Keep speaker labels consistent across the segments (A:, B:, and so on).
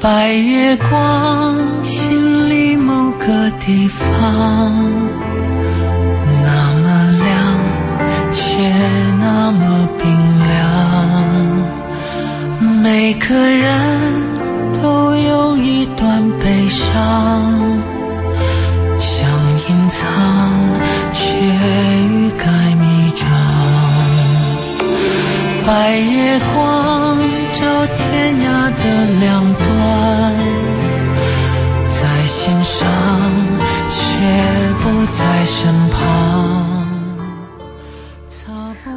A: 白月光，心里某个地方，那么亮，却那么冰凉。每个人都有一段悲伤，想隐藏，却欲盖弥彰。白月光照天涯的两端，在心上却不在身旁。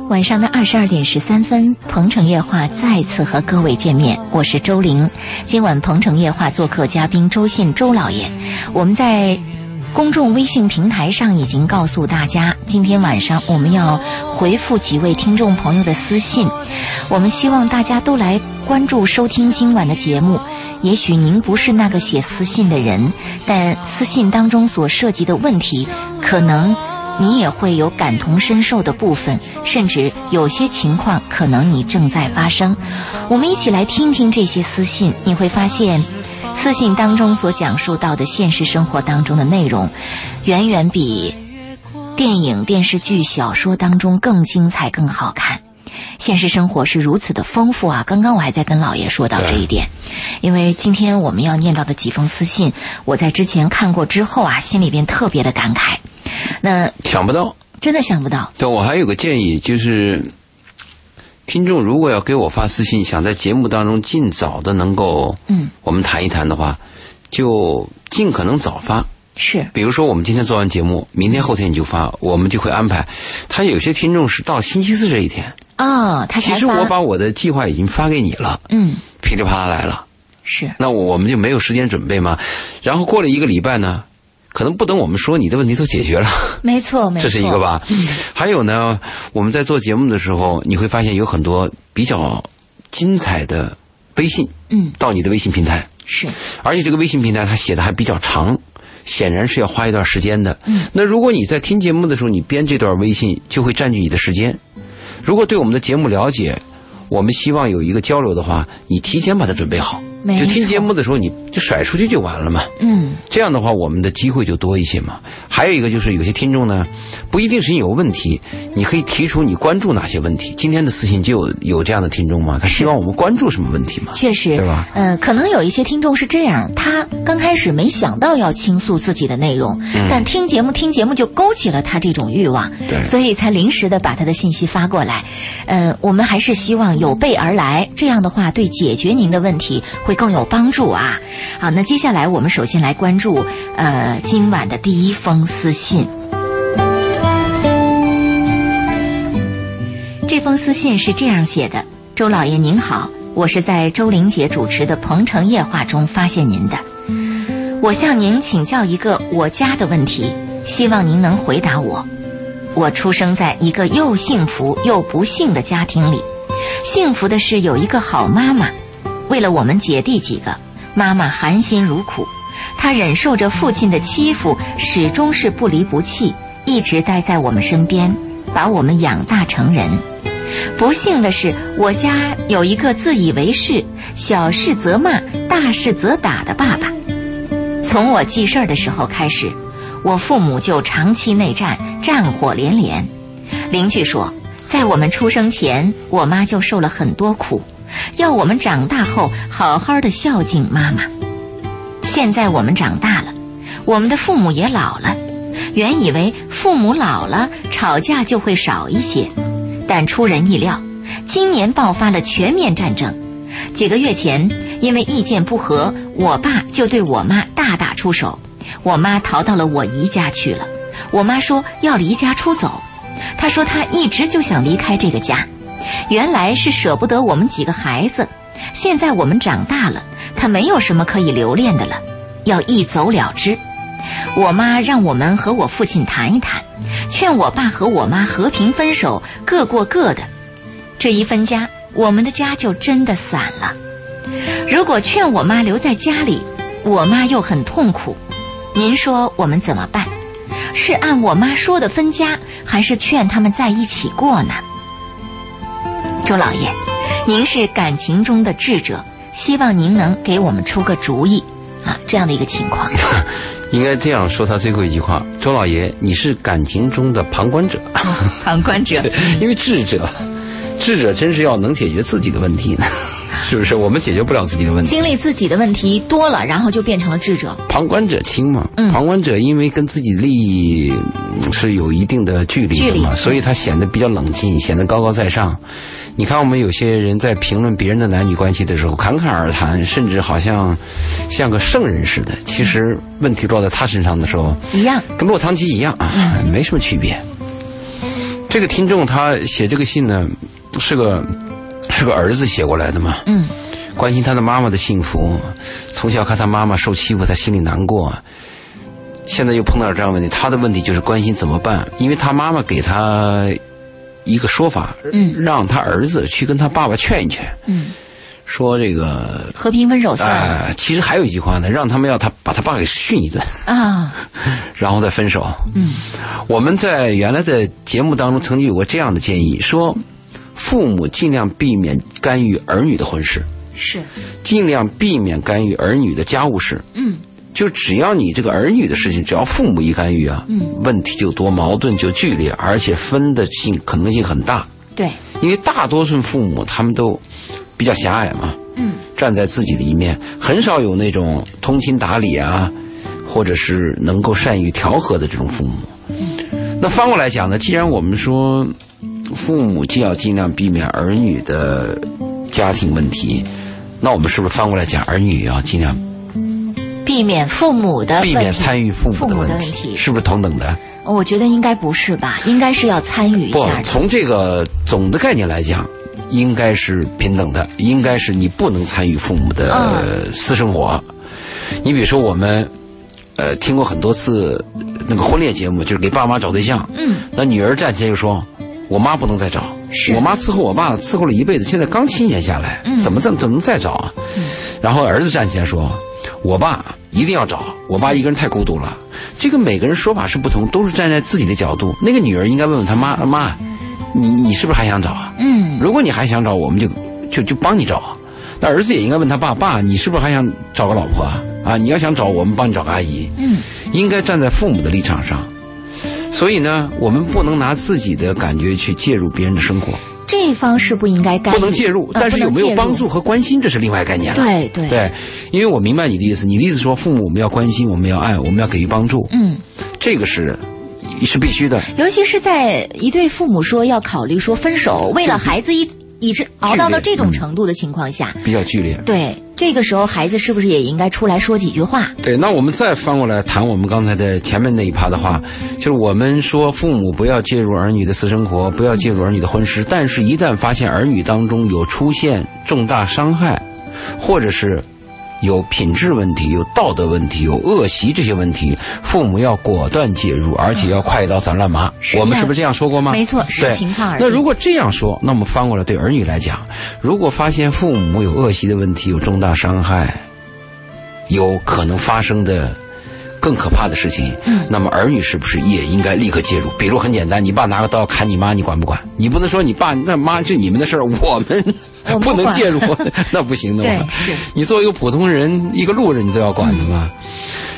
B: 晚上的二十二点十三分，鹏城夜话再次和各位见面，我是周玲。今晚鹏城夜话做客嘉宾周信周老爷，我们在。公众微信平台上已经告诉大家，今天晚上我们要回复几位听众朋友的私信。我们希望大家都来关注收听今晚的节目。也许您不是那个写私信的人，但私信当中所涉及的问题，可能你也会有感同身受的部分，甚至有些情况可能你正在发生。我们一起来听听这些私信，你会发现。私信当中所讲述到的现实生活当中的内容，远远比电影、电视剧、小说当中更精彩、更好看。现实生活是如此的丰富啊！刚刚我还在跟老爷说到这一点，因为今天我们要念到的几封私信，我在之前看过之后啊，心里边特别的感慨。那
C: 想不到，
B: 真的想不到。
C: 对，我还有个建议，就是听众如果要给我发私信，想在节目当中尽早的能够，
B: 嗯，
C: 我们谈一谈的话，就尽可能早发。
B: 是，
C: 比如说我们今天做完节目，明天后天你就发，我们就会安排。他有些听众是到星期四这一天，
B: 哦，他才
C: 其实
B: 发
C: 我把我的计划已经发给你了，
B: 嗯，
C: 噼里啪啦来了，
B: 是
C: 那我们就没有时间准备吗？然后过了一个礼拜呢，可能不等我们说，你的问题都解决了。
B: 没错，没错，嗯
C: 这是一个吧。还有呢，我们在做节目的时候，你会发现有很多比较精彩的微信，
B: 嗯，
C: 到你的微信平台，
B: 是
C: 而且这个微信平台它写的还比较长，显然是要花一段时间的。
B: 嗯，
C: 那如果你在听节目的时候，你编这段微信就会占据你的时间。如果对我们的节目了解，我们希望有一个交流的话，你提前把它准备好，
B: 没
C: 就听
B: 错
C: 节目的时候你就甩出去就完了嘛。
B: 嗯，
C: 这样的话，我们的机会就多一些嘛。还有一个就是，有些听众呢，不一定是你有问题，你可以提出你关注哪些问题。今天的私信就有有这样的听众嘛，他希望我们关注什么问题嘛？
B: 确实，
C: 对吧
B: 呃，可能有一些听众是这样，他刚开始没想到要倾诉自己的内容，但听节目听节目就勾起了他这种欲望，
C: 嗯对
B: 所以才临时的把他的信息发过来。呃，我们还是希望有备而来，这样的话对解决您的问题会更有帮助啊。好，那接下来我们首先来关注呃今晚的第一封私信。这封私信是这样写的：“周老爷您好，我是在周玲姐主持的《鹏城夜话》中发现您的。我向您请教一个我家的问题，希望您能回答我。我出生在一个又幸福又不幸的家庭里，幸福的是有一个好妈妈，为了我们姐弟几个，妈妈含辛茹苦，她忍受着父亲的欺负，始终是不离不弃，一直待在我们身边，把我们养大成人。不幸的是，我家有一个自以为是、小事则骂、大事则打的爸爸。从我记事儿的时候开始，我父母就长期内战，战火连连。邻居说，在我们出生前，我妈就受了很多苦，要我们长大后好好的孝敬妈妈。现在我们长大了，我们的父母也老了。原以为父母老了吵架就会少一些，但出人意料，今年爆发了全面战争。几个月前，因为意见不合，我爸就对我妈大打出手，我妈逃到了我姨家去了。我妈说要离家出走，她说她一直就想离开这个家，原来是舍不得我们几个孩子，现在我们长大了，她没有什么可以留恋的了，要一走了之。我妈让我们和我父亲谈一谈，劝我爸和我妈和平分手，各过各的。这一分家，我们的家就真的散了。如果劝我妈留在家里，我妈又很痛苦。您说我们怎么办？是按我妈说的分家，还是劝他们在一起过呢？周老爷，您是感情中的智者，希望您能给我们出个主意啊！这样的一个情况，
C: 应该这样说他最后一句话：“周老爷，你是感情中的旁观者，
B: 旁观者，
C: 因为智者，智者真是要能解决自己的问题 的，是不是？我们解决不了自己的问题。”
B: 经历自己的问题多了，然后就变成了智者。
C: 旁观者清嘛，
B: 嗯
C: 旁观者因为跟自己利益嗯是有一定的距离的
B: 距
C: 嘛，
B: 离
C: 所以他显得比较冷静，显得高高在上。你看，我们有些人在评论别人的男女关系的时候，侃侃而谈，甚至好像像个圣人似的。其实问题落在他身上的时候，
B: 一样，
C: 跟落汤鸡一样啊，没什么区别。这个听众他写这个信呢，是个是个儿子写过来的嘛，
B: 嗯，
C: 关心他的妈妈的幸福，从小看他妈妈受欺负，他心里难过。现在又碰到了这样的问题，他的问题就是关心怎么办，因为他妈妈给他一个说法，嗯，让他儿子去跟他爸爸劝一劝，
B: 嗯，
C: 说这个，
B: 和平分手算了
C: 哎、其实还有一句话呢，让他们要他把他爸给训一顿，
B: 啊，
C: 然后再分手。嗯，我们在原来的节目当中曾经有过这样的建议，说父母尽量避免干预儿女的婚事，
B: 是，
C: 尽量避免干预儿女的家务事。
B: 嗯，
C: 就只要你这个儿女的事情，只要父母一干预啊，嗯，问题就多，矛盾就剧烈，而且分的性可能性很大。
B: 对，
C: 因为大多数父母他们都比较狭隘嘛，
B: 嗯，
C: 站在自己的一面，很少有那种通情达理啊，或者是能够善于调和的这种父母。那翻过来讲呢，既然我们说父母既要尽量避免儿女的家庭问题，那我们是不是翻过来讲，儿女也要尽量
B: 避免父母的
C: 避免参
B: 与。
C: 与呃父母的问
B: 父母的
C: 题，
B: 问题
C: 是不是同等的？
B: 我觉得应该不是吧？应该是要参与一
C: 不
B: 下，的。
C: 从这个总的概念来讲，应该是平等的，应该是你不能参与父母的呃私生活。你比如说，我们呃听过很多次那个婚恋节目，就是给爸妈找对象，
B: 嗯，
C: 那女儿站起来就说：“我妈不能再找，
B: 是嗯
C: 我妈伺候我爸伺候了一辈子，现在刚清闲下来，怎么怎怎么再找啊？”然后儿子站起来说：“我爸一定要找，啊我爸一个人太孤独了。”这个每个人说法是不同，都是站在自己的角度。那个女儿应该问问她妈妈，你你是不是还想找啊？
B: 嗯，
C: 如果你还想找，我们就就就帮你找。那儿子也应该问他爸爸，你是不是还想找个老婆啊？啊，你要想找，我们帮你找个阿姨。
B: 嗯，
C: 应该站在父母的立场上。所以呢，我们不能拿自己的感觉去介入别人的生活，
B: 这方是不应该干预，
C: 不能介入。
B: 呃
C: 但是有没有帮？
B: 不能介
C: 助和关心，这是另外概念了。
B: 对对
C: 对，因为我明白你的意思，你的意思说父母我们要关心，我们要爱，我们要给予帮助，
B: 嗯，
C: 这个是是必须的。
B: 尤其是在一对父母说要考虑说分手，为了孩子一以致熬到到这种程度的情况下，
C: 比较剧烈。
B: 对这个时候孩子是不是也应该出来说几句话？
C: 对，那我们再翻过来谈我们刚才的前面那一趴的话，就是我们说父母不要介入儿女的私生活，不要介入儿女的婚事，但是一旦发现儿女当中有出现重大伤害，或者是有品质问题、有道德问题、有恶习这些问题，父母要果断介入，而且要快刀斩乱麻。
B: 是
C: 我们
B: 要
C: 是不是这样说过吗？
B: 没错视
C: 对
B: 情况而定
C: 那如果这样说，那么翻过来对儿女来讲，如果发现父母有恶习的问题、有重大伤害，有可能发生的更可怕的事情，嗯，那么儿女是不是也应该立刻介入？比如很简单，你爸拿个刀砍你妈，你管不管？你不能说你爸那妈是你们的事儿，我
B: 我
C: 们
B: 不
C: 不能
B: 管
C: 介入，那不行的
B: 对
C: 嘛。
B: 是
C: 你作为一个普通人，一个路人，你都要管的嘛。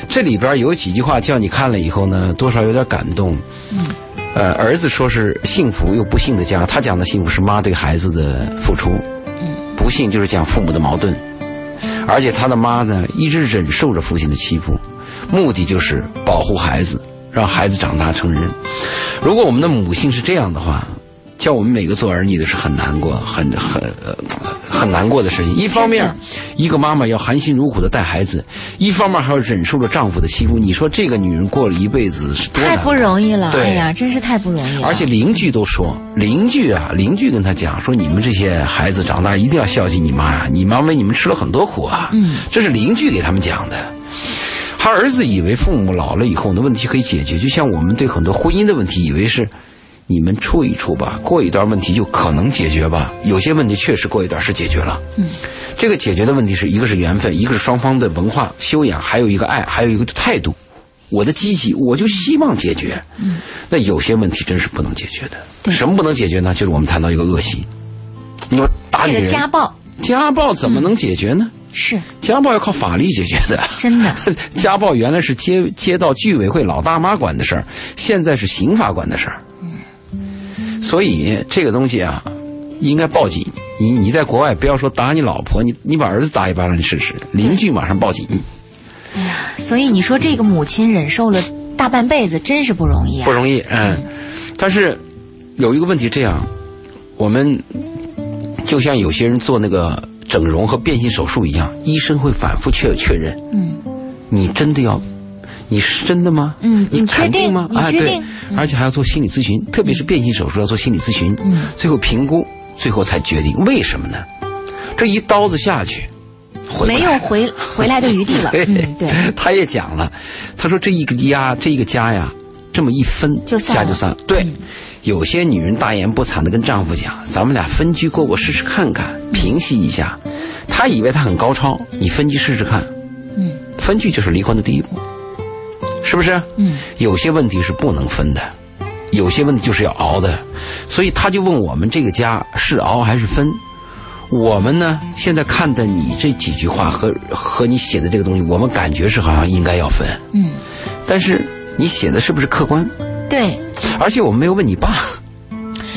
C: 这里边有几句话叫你看了以后呢，多少有点感动。呃，儿子说是幸福又不幸的家，他讲的幸福是妈对孩子的付出，不幸就是讲父母的矛盾，而且他的妈呢一直忍受着父亲的欺负，目的就是保护孩子，让孩子长大成人。如果我们的母性是这样的话，叫我们每个做儿女的是很难过、很很呃很难过的事情。一方面，一个妈妈要含辛茹苦的带孩子，一方面还要忍受着丈夫的欺负。你说这个女人过了一辈子是多
B: 太
C: 难
B: 不容易了，
C: 对
B: 哎呀，真是太不容易了。
C: 而且邻居都说，邻居啊，邻居跟他讲说，你们这些孩子长大一定要孝敬你妈呀、你妈为你们吃了很多苦啊。嗯，这是邻居给他们讲的。他儿子以为父母老了以后呢，问题可以解决，就像我们对很多婚姻的问题，以为是你们处一处吧，过一段问题就可能解决吧。有些问题确实过一段是解决了，嗯，这个解决的问题是一个是缘分，一个是双方的文化修养，还有一个爱，还有一个态度。我的积极，我就希望解决。嗯，那有些问题真是不能解决的。什么不能解决呢？就是我们谈到一个恶习，你说打
B: 这
C: 女
B: 个
C: 人，
B: 家暴
C: 家暴怎么能解决呢？
B: 是
C: 家暴要靠法律解决的。
B: 真的，
C: 家暴原来是街街道居委会老大妈管的事儿，现在是刑法管的事儿。所以这个东西啊，应该报警。你你在国外不要说打你老婆，你你把儿子打一巴掌你试试，邻居马上报警，
B: 所以你说这个母亲忍受了大半辈子，真是不容易啊
C: 不。容易。嗯，但是有一个问题，这样我们就像有些人做那个整容和变性手术一样，医生会反复确确认。
B: 嗯，
C: 你真的要，你是真的吗？
B: 嗯
C: 你
B: 你
C: 肯
B: 确定
C: 吗？
B: 你
C: 哎，
B: 确
C: 对
B: 定，嗯
C: 而且还要做心理咨询，特别是变性手术要做心理咨询，嗯，最后评估，最后才决定。为什么呢？这一刀子下去，回不来
B: 没有回回来的余地了。
C: 对
B: 嗯， 对，
C: 他也讲了，他说这一个家，这一个家呀，这么一分
B: 就散
C: 家
B: 了嗯
C: 就散。对，有些女人大言不惭的跟丈夫讲：“咱们俩分居过过，试试看看，
B: 嗯
C: 平息一下。”他以为他很高超，你分居试试看。
B: 嗯，
C: 分居就是离婚的第一步，是不是？
B: 嗯，
C: 有些问题是不能分的。有些问题就是要熬的，所以他就问我们这个家是熬还是分？我们呢，现在看的你这几句话和和你写的这个东西，我们感觉是好像应该要分，
B: 嗯，
C: 但是你写的是不是客观？
B: 对
C: 而且我们没有问你爸，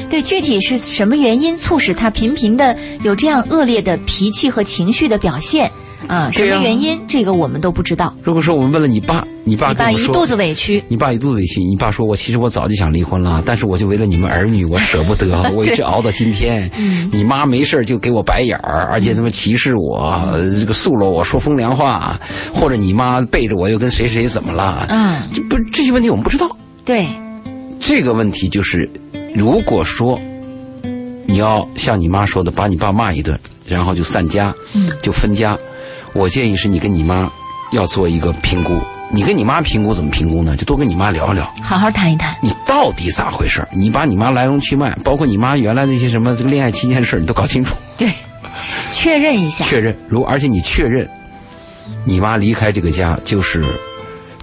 B: 对，具体是什么原因促使他频频的有这样恶劣的脾气和情绪的表现啊？什
C: 对啊
B: 么原因？这个我们都不知道。
C: 如果说我们问了你爸，你爸
B: 你
C: 跟
B: 爸
C: 我说，
B: 一肚子委屈，
C: 你爸一肚子委屈，你爸说我其实我早就想离婚了，但是我就为了你们儿女，我舍不得，我一直熬到今天。你妈没事儿就给我白眼儿，而且他妈歧视我，呃这个诉了我说风凉话，或者你妈背着我又跟谁谁怎么了？
B: 嗯，
C: 这不这些问题我们不知道。
B: 对，
C: 这个问题就是，如果说你要像你妈说的，把你爸骂一顿，然后就散家，就分家，我建议是你跟你妈要做一个评估。你跟你妈评估怎么评估呢？就多跟你妈聊聊，
B: 好好谈一谈。
C: 你到底咋回事儿你把你妈来龙去脉，包括你妈原来那些什么恋爱期间事儿，你都搞 清楚，
B: 对，确认一下。
C: 确认。如而且你确认，你妈离开这个家就是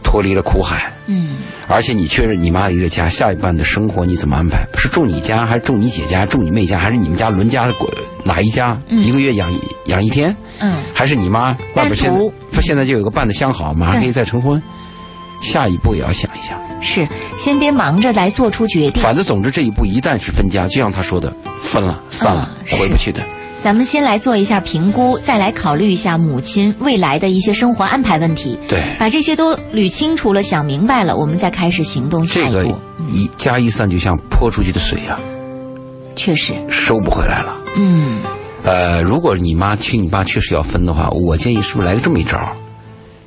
C: 脱离了苦海，
B: 嗯，
C: 而且你确认你妈离了家，下一半的生活你怎么安排？是住你家，还是住你姐家，住你妹家，还是你们家轮家过哪一家？一个月养一养一天？
B: 嗯，
C: 还是你妈外边现
B: 单独
C: 在不现在就有个办的相好，马上可以再成婚？下一步也要想一想。
B: 是，先别忙着来做出决定，
C: 反正总之这一步一旦是分家，就像他说的，分了散了，
B: 嗯
C: 回不去的。
B: 咱们先来做一下评估，再来考虑一下母亲未来的一些生活安排问题。
C: 对
B: 把这些都捋清楚了，想明白了，我们再开始行动下
C: 这
B: 一步。
C: 个一加一散就像泼出去的水呀、
B: 确实，
C: 收不回来了。
B: 嗯，
C: 呃，如果你妈去你爸确实要分的话，我建议是不是来个这么一招儿，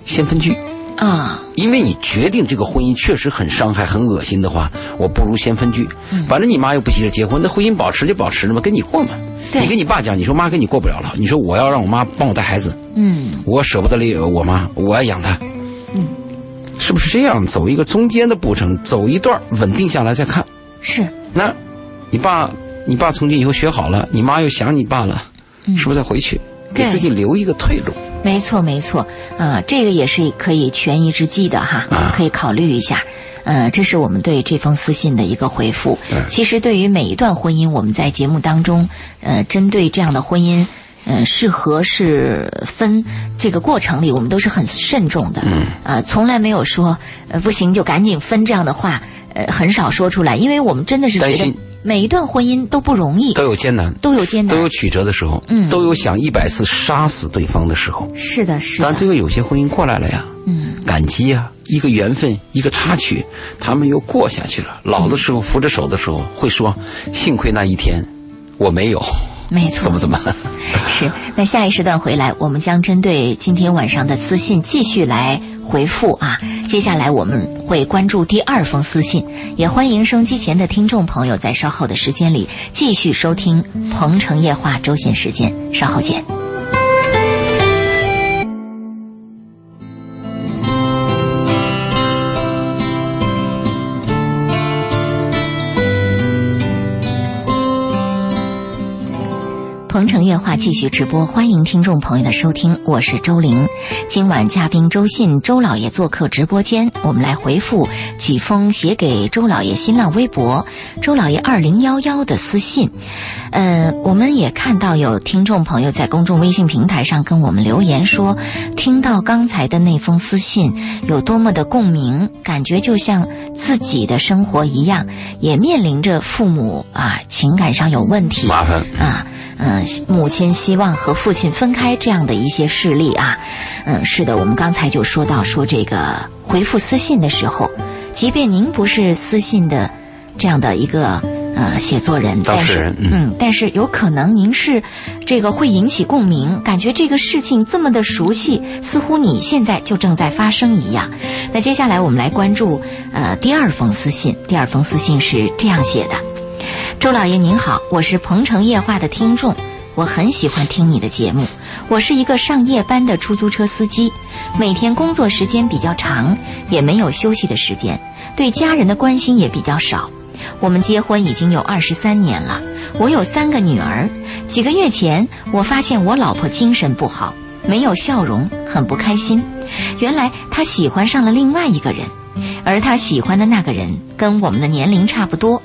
C: 先分居。
B: 啊，
C: 因为你决定这个婚姻确实很伤害、很恶心的话，我不如先分居。
B: 嗯
C: 反正你妈又不急着结婚，那婚姻保持就保持了嘛，跟你过嘛。
B: 对
C: 你跟你爸讲，你说妈跟你过不了了，你说我要让我妈帮我带孩子，
B: 嗯，
C: 我舍不得离我妈，我要养她。嗯，是不是这样？走一个中间的步程，走一段稳定下来再看。
B: 是，
C: 那，你爸，你爸从今以后学好了，你妈又想你爸了，是不是再回去，给
B: 嗯对
C: 自己留一个退路？
B: 没错，没错，啊，这个也是可以权宜之计的哈，
C: 啊
B: 可以考虑一下。呃，这是我们对这封私信的一个回复
C: 对。
B: 其实对于每一段婚姻，我们在节目当中，呃，针对这样的婚姻，呃，是合是分这个过程里，我们都是很慎重的。嗯，啊，从来没有说呃不行就赶紧分这样的话，呃，很少说出来，因为我们真的是
C: 担
B: 觉得
C: 心
B: 每一段婚姻都不容易，
C: 都有艰难，
B: 都有艰
C: 都
B: 难。
C: 有曲折的时候，
B: 嗯
C: 都有想一百次杀死对方的时候。
B: 是的，是
C: 但
B: 的，
C: 最后有些婚姻过来了呀，
B: 嗯，
C: 感激啊，一个缘分，一个插曲，他们又过下去了。老的时候扶着手的时候，会说幸亏那一天我没有，
B: 没错。
C: 怎么怎么，
B: 是，那下一时段回来，我们将针对今天晚上的私信继续来回复啊。接下来我们会关注第二封私信，也欢迎收机前的听众朋友在稍后的时间里继续收听《鹏城夜话》周线时间，稍后见。鹏城夜话继续直播，欢迎听众朋友的收听，我是周玲。今晚嘉宾周信周老爷做客直播间，我们来回复几封写给周老爷新浪微博“周老爷二零幺幺”的私信。呃，我们也看到有听众朋友在公众微信平台上跟我们留言说，听到刚才的那封私信有多么的共鸣，感觉就像自己的生活一样，也面临着父母啊情感上有问题。
C: 麻烦。
B: 啊，嗯、母亲希望和父亲分开这样的一些事例啊，嗯，是的，我们刚才就说到说这个回复私信的时候，即便您不是私信的这样的一个呃写作人，
C: 当
B: 但
C: 事
B: 是
C: 人嗯
B: 嗯，但是有可能您是这个会引起共鸣，感觉这个事情这么的熟悉，似乎你现在就正在发生一样。那接下来我们来关注呃第二封私信，第二封私信是这样写的。周老爷您好，我是鹏城夜话的听众，我很喜欢听你的节目。我是一个上夜班的出租车司机，每天工作时间比较长，也没有休息的时间，对家人的关心也比较少。我们结婚已经有二十三年了，我有三个女儿。几个月前，我发现我老婆精神不好，没有笑容，很不开心。原来她喜欢上了另外一个人，而她喜欢的那个人跟我们的年龄差不多。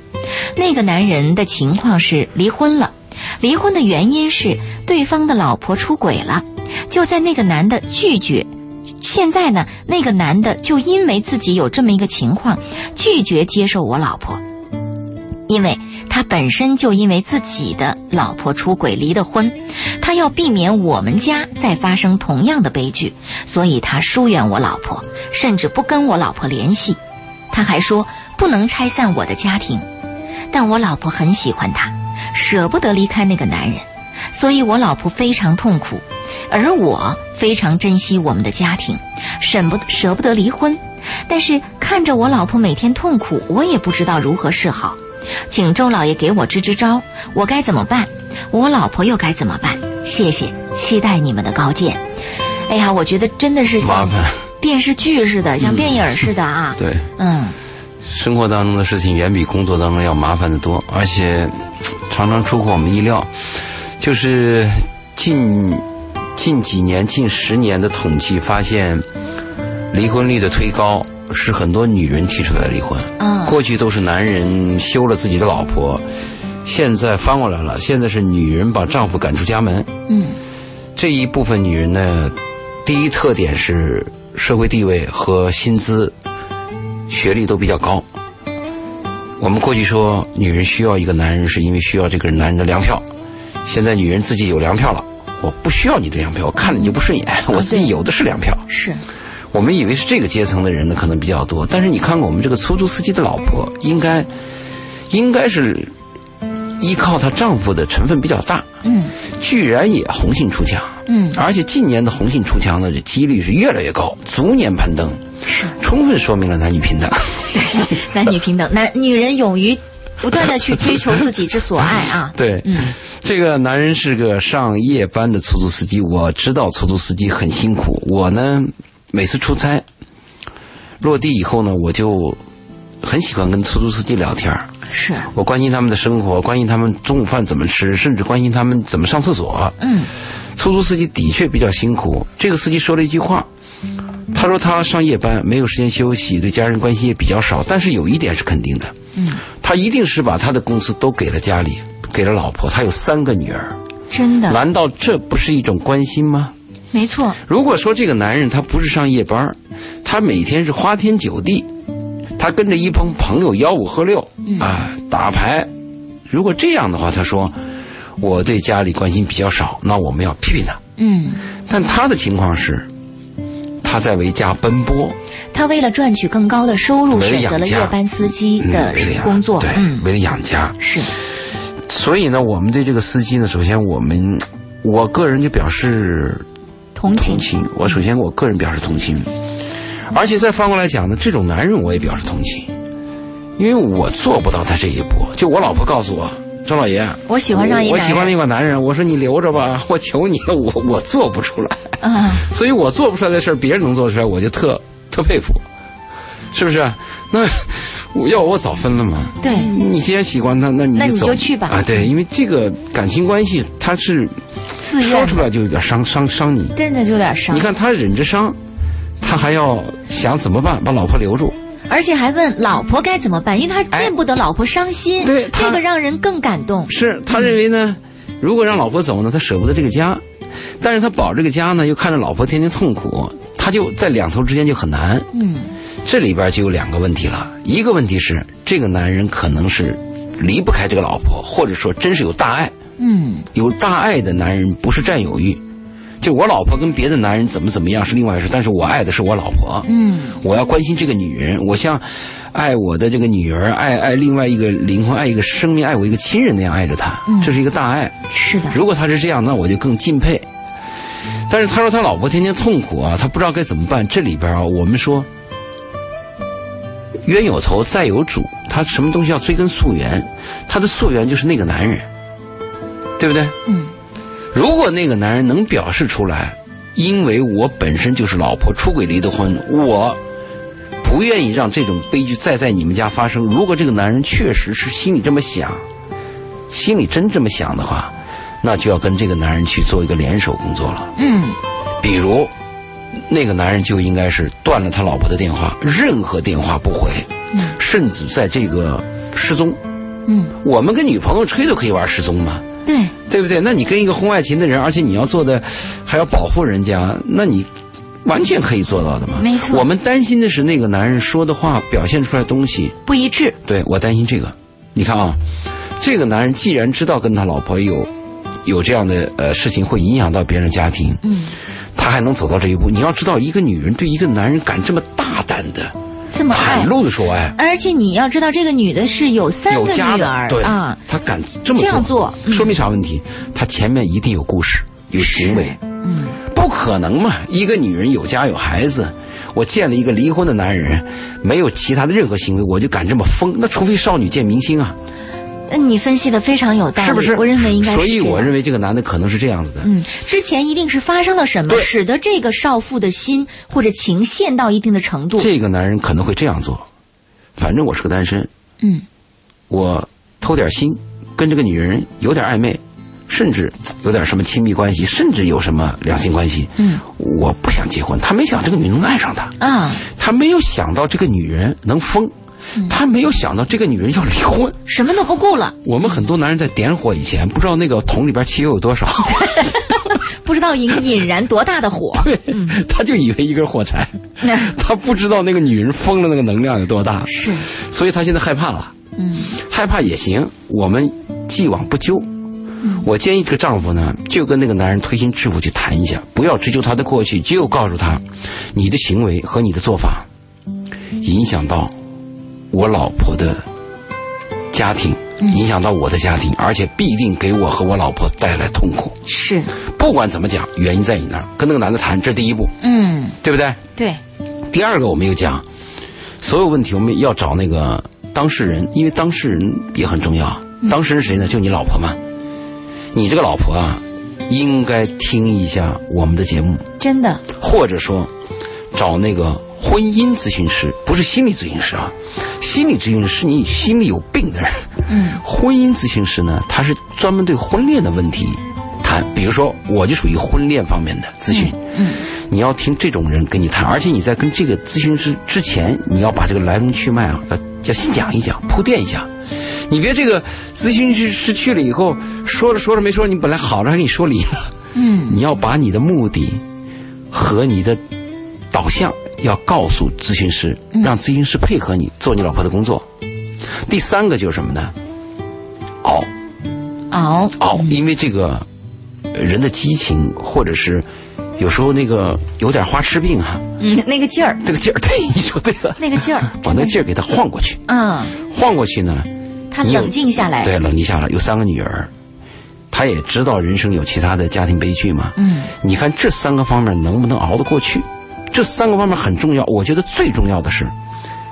B: 那个男人的情况是离婚了，离婚的原因是对方的老婆出轨了。就在那个男的拒绝，现在呢，那个男的就因为自己有这么一个情况，拒绝接受我老婆，因为他本身就因为自己的老婆出轨离的婚，他要避免我们家再发生同样的悲剧，所以他疏远我老婆，甚至不跟我老婆联系。他还说不能拆散我的家庭。但我老婆很喜欢他，舍不得离开那个男人，所以我老婆非常痛苦，而我非常珍惜我们的家庭，舍不舍不得离婚，但是看着我老婆每天痛苦，我也不知道如何是好，请周老爷给我支支招，我该怎么办？我老婆又该怎么办？谢谢，期待你们的高见。哎呀，我觉得真的是像
C: 麻烦
B: 电视剧似的，像电影似的啊。
C: 对，
B: 嗯，
C: 生活当中的事情远比工作当中要麻烦的多，而且常常出乎我们意料。就是近近几年、近十年的统计发现，离婚率的推高是很多女人提出来离婚。
B: 嗯
C: 过去都是男人休了自己的老婆，现在翻过来了，现在是女人把丈夫赶出家门。
B: 嗯，
C: 这一部分女人呢，第一特点是社会地位和薪资、学历都比较高。我们过去说，女人需要一个男人，是因为需要这个男人的粮票。现在女人自己有粮票了，我不需要你的粮票，我看着你就不顺眼，我自己有的是粮票。
B: 是，
C: 我们以为是这个阶层的人呢，可能比较多，但是你看看我们这个出租司机的老婆，应该应该是依靠她丈夫的成分比较大，
B: 嗯
C: 居然也红杏出墙，
B: 嗯，
C: 而且近年的红杏出墙的这几率是越来越高，逐年攀登，
B: 是。
C: 充分说明了男女平等。
B: 男女平等，男女人勇于不断的去追求自己之所爱啊。
C: 对，
B: 嗯
C: 这个男人是个上夜班的出租司机，我知道出租司机很辛苦。我呢，每次出差落地以后呢，我就很喜欢跟出租司机聊天儿
B: 是，
C: 我关心他们的生活，关心他们中午饭怎么吃，甚至关心他们怎么上厕所。
B: 嗯
C: 出租司机的确比较辛苦。这个司机说了一句话，他说他上夜班没有时间休息，对家人关心也比较少。但是有一点是肯定的，
B: 嗯，
C: 他一定是把他的工资都给了家里，给了老婆。他有三个女儿，
B: 真的，
C: 难道这不是一种关心吗？
B: 没错，
C: 如果说这个男人他不是上夜班儿，他每天是花天酒地，他跟着一帮朋友吆五喝六、
B: 嗯
C: 啊打牌，如果这样的话，他说我对家里关心比较少，那我们要批评他。
B: 嗯，
C: 但他的情况是，他在为家奔波，
B: 他为了赚取更高的收入，
C: 为
B: 选
C: 了养
B: 择了
C: 家
B: 夜班司机
C: 嗯
B: 的
C: 为了养
B: 工作。
C: 对，
B: 嗯，
C: 为了养家。
B: 是，
C: 所以呢，我们对这个司机呢，首先我们，我个人就表示
B: 同情
C: 同，情。我首先我个人表示同情，而且再翻过来讲呢，这种男人我也表示同情，因为我做不到他这一步。就我老婆告诉我，张老爷，
B: 我喜欢上一
C: 我我
B: 男
C: 喜欢
B: 人
C: 另一个男人，我说你留着吧，我求你，我我做不出来，
B: 啊，
C: 所以我做不出来的事儿，别人能做出来，我就特特佩服，是不是？那我要我早分了嘛。
B: 对，
C: 你既然喜欢他，那你
B: 那你
C: 走
B: 就去吧
C: 啊，对，因为这个感情关系，他是
B: 自
C: 说
B: 愿
C: 出来就有点伤伤伤你。
B: 真的就有点伤
C: 你。看他忍着伤，他还要想怎么办把老婆留住。
B: 而且还问老婆该怎么办，因为他见不得老婆伤心，
C: 哎对他
B: 这个让人更感动。
C: 是他认为呢，如果让老婆走呢，他舍不得这个家，但是他保这个家呢，又看着老婆天天痛苦，他就在两头之间就很难。
B: 嗯，
C: 这里边就有两个问题了，一个问题是这个男人可能是离不开这个老婆，或者说真是有大爱。
B: 嗯，
C: 有大爱的男人不是占有欲，就我老婆跟别的男人怎么怎么样是另外一回事，但是我爱的是我老婆，
B: 嗯，
C: 我要关心这个女人，我像爱我的这个女儿，爱爱另外一个灵魂，爱一个生命，爱我一个亲人那样爱着她，这是一个大爱。
B: 是的，
C: 如果他是这样，那我就更敬佩。但是他说他老婆天天痛苦啊，他不知道该怎么办。这里边啊，我们说冤有头债有主，他什么东西要追根溯源，他的溯源就是那个男人，对不对？
B: 嗯。
C: 如果那个男人能表示出来，因为我本身就是老婆出轨离的婚，我不愿意让这种悲剧再在你们家发生。如果这个男人确实是心里这么想，心里真这么想的话，那就要跟这个男人去做一个联手工作了。
B: 嗯，
C: 比如，那个男人就应该是断了他老婆的电话，任何电话不回，甚至在这个失踪。
B: 嗯，
C: 我们跟女朋友吹都可以玩失踪嘛，
B: 对，
C: 对不对？那你跟一个婚外情的人，而且你要做的还要保护人家，那你完全可以做到的嘛。
B: 没错
C: 我们担心的是那个男人说的话表现出来的东西，
B: 不一致。
C: 对我担心这个。你看啊，这个男人既然知道跟他老婆有有这样的呃事情会影响到别人的家庭，
B: 嗯，
C: 他还能走到这一步。你要知道，一个女人对一个男人敢这么大胆的、
B: 这么爱
C: 袒，露的说爱，
B: 而且你要知道，这个女的是有三
C: 有
B: 个
C: 家
B: 女
C: 的
B: 儿，
C: 对
B: 啊，，
C: 他敢这么
B: 这样做嗯
C: 说明啥问题？他前面一定有故事，有行为。
B: 嗯，
C: 不可能嘛！一个女人有家有孩子，我见了一个离婚的男人，没有其他的任何行为，我就敢这么疯？那除非少女见明星啊，
B: 呃你分析的非常有道理，
C: 是不是？
B: 我认为应该是
C: 所以
B: 这样
C: 我认为这个男的可能是这样子的。
B: 嗯，之前一定是发生了什么，
C: 对
B: 使得这个少妇的心或者情陷到一定的程度。
C: 这个男人可能会这样做。反正我是个单身，
B: 嗯，
C: 我偷点心，跟这个女人有点暧昧，甚至有点什么亲密关系，甚至有什么两性关系。
B: 嗯，
C: 我不想结婚。他没想这个女人能爱上他。
B: 啊，
C: 他没有想到这个女人能疯，
B: 嗯
C: 他没有想到这个女人要离婚。
B: 什么都不顾了，
C: 我们很多男人在点火以前，不知道那个桶里边汽油有多少，
B: 不知道引引燃多大的火。 嗯
C: 他就以为一根火柴， 他不知道那个女人疯了那个能量有多大，
B: 是，
C: 所以他现在害怕了。
B: 嗯，
C: 害怕也行，我们既往不咎。我建议这个丈夫呢，就跟那个男人推心置腹去谈一下，不要追究他的过去，就告诉他，你的行为和你的做法影响到我老婆的家庭，影响到我的家庭，而且必定给我和我老婆带来痛苦。
B: 是，
C: 不管怎么讲，原因在你那儿，跟那个男的谈，这是第一步，
B: 嗯，
C: 对不对？
B: 对，
C: 第二个，我们又讲，所有问题我们要找那个当事人，因为当事人也很重要。当事人是谁呢？就你老婆嘛。你这个老婆啊，应该听一下我们的节目，
B: 真的，
C: 或者说找那个婚姻咨询师，不是心理咨询师啊。心理咨询师是你心里有病的人，嗯，婚姻咨询师呢，他是专门对婚恋的问题谈，比如说我就属于婚恋方面的咨询，嗯，你要听这种人跟你谈，而且你在跟这个咨询师之前，你要把这个来龙去脉啊，要要先讲一讲，铺垫一下。你别这个咨询师师去了以后，说着说着没说，你本来好了还给你说离了，嗯，你要把你的目的和你的导向要告诉咨询师，让咨询师配合你做你老婆的工作。第三个就是什么呢？熬
B: 熬，
C: 熬，因为这个呃人的激情或者是有时候那个有点花痴病啊，
B: 嗯，那个劲儿，
C: 这个劲儿， 对，你说对了，
B: 那个劲 儿，
C: 把那个劲儿给他晃过去，
B: 嗯，
C: 晃过去呢，
B: 他
C: 你有
B: 冷静下来，
C: 对，冷静下来，有三个女儿，她也知道人生有其他的家庭悲剧嘛。
B: 嗯，
C: 你看这三个方面能不能熬得过去？这三个方面很重要，我觉得最重要的是，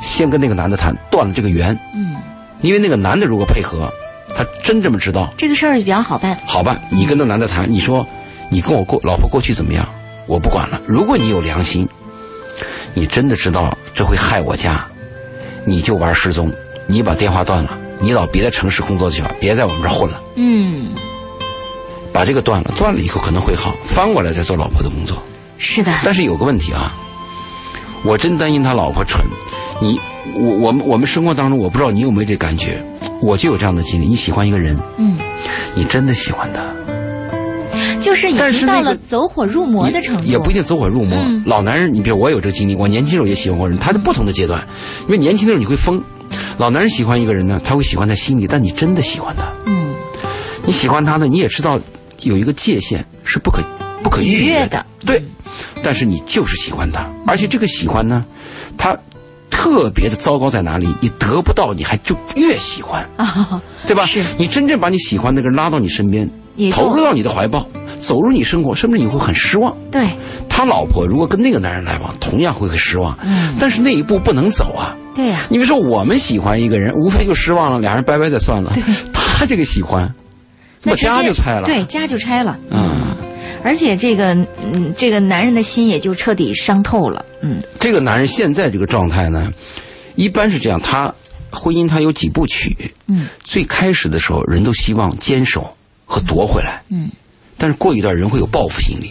C: 先跟那个男的谈，断了这个缘。
B: 嗯，
C: 因为那个男的如果配合，他真这么知道，
B: 这个事儿比较好办。
C: 好吧，你跟那男的谈，你说你跟我过老婆过去怎么样？我不管了。如果你有良心，你真的知道这会害我家，你就玩失踪，你把电话断了，你到别的城市工作去吧，别在我们这儿混了。
B: 嗯，
C: 把这个断了，断了以后可能会好，翻过来再做老婆的工作。
B: 是的，
C: 但是有个问题啊，我真担心他老婆蠢。你我我们我们生活当中，我不知道你有没有这感觉，我就有这样的经历。你喜欢一个人，
B: 嗯，
C: 你真的喜欢他，
B: 就是已
C: 但是
B: 经
C: 那
B: 到
C: 个
B: 了走火入魔的程度，
C: 也不一定走火入魔。
B: 嗯
C: 老男人，你比如我有这个经历，我年轻时候也喜欢过人，他是不同的阶段。因为年轻的时候你会疯，老男人喜欢一个人呢，他会喜欢在心里，但你真的喜欢他，
B: 嗯
C: 你喜欢他呢，你也知道有一个界限是不可不可逾
B: 愉
C: 越
B: 悦
C: 的，
B: 的， 嗯
C: 对。但是你就是喜欢他，而且这个喜欢呢，他特别的糟糕在哪里？你得不到，你还就越喜欢。
B: 啊，
C: 对吧？
B: 是
C: 你真正把你喜欢那个人拉到你身边
B: 也，就
C: 投入到你的怀抱，走入你生活，甚至你会很失望。
B: 对，
C: 他老婆如果跟那个男人来往，同样会很失望。
B: 嗯
C: 但是那一步不能走啊！
B: 对呀、
C: 你比如说，我们喜欢一个人，无非就失望了，俩人掰掰再算了。他这个喜欢，
B: 那
C: 把
B: 直接
C: 家就拆了。
B: 对，家就拆了，
C: 嗯，
B: 而且这个嗯，这个男人的心也就彻底伤透了，嗯
C: 这个男人现在这个状态呢，一般是这样，他婚姻他有几部曲。
B: 嗯，
C: 最开始的时候，人都希望坚守和夺回来。
B: 嗯，
C: 但是过一段人会有报复心理，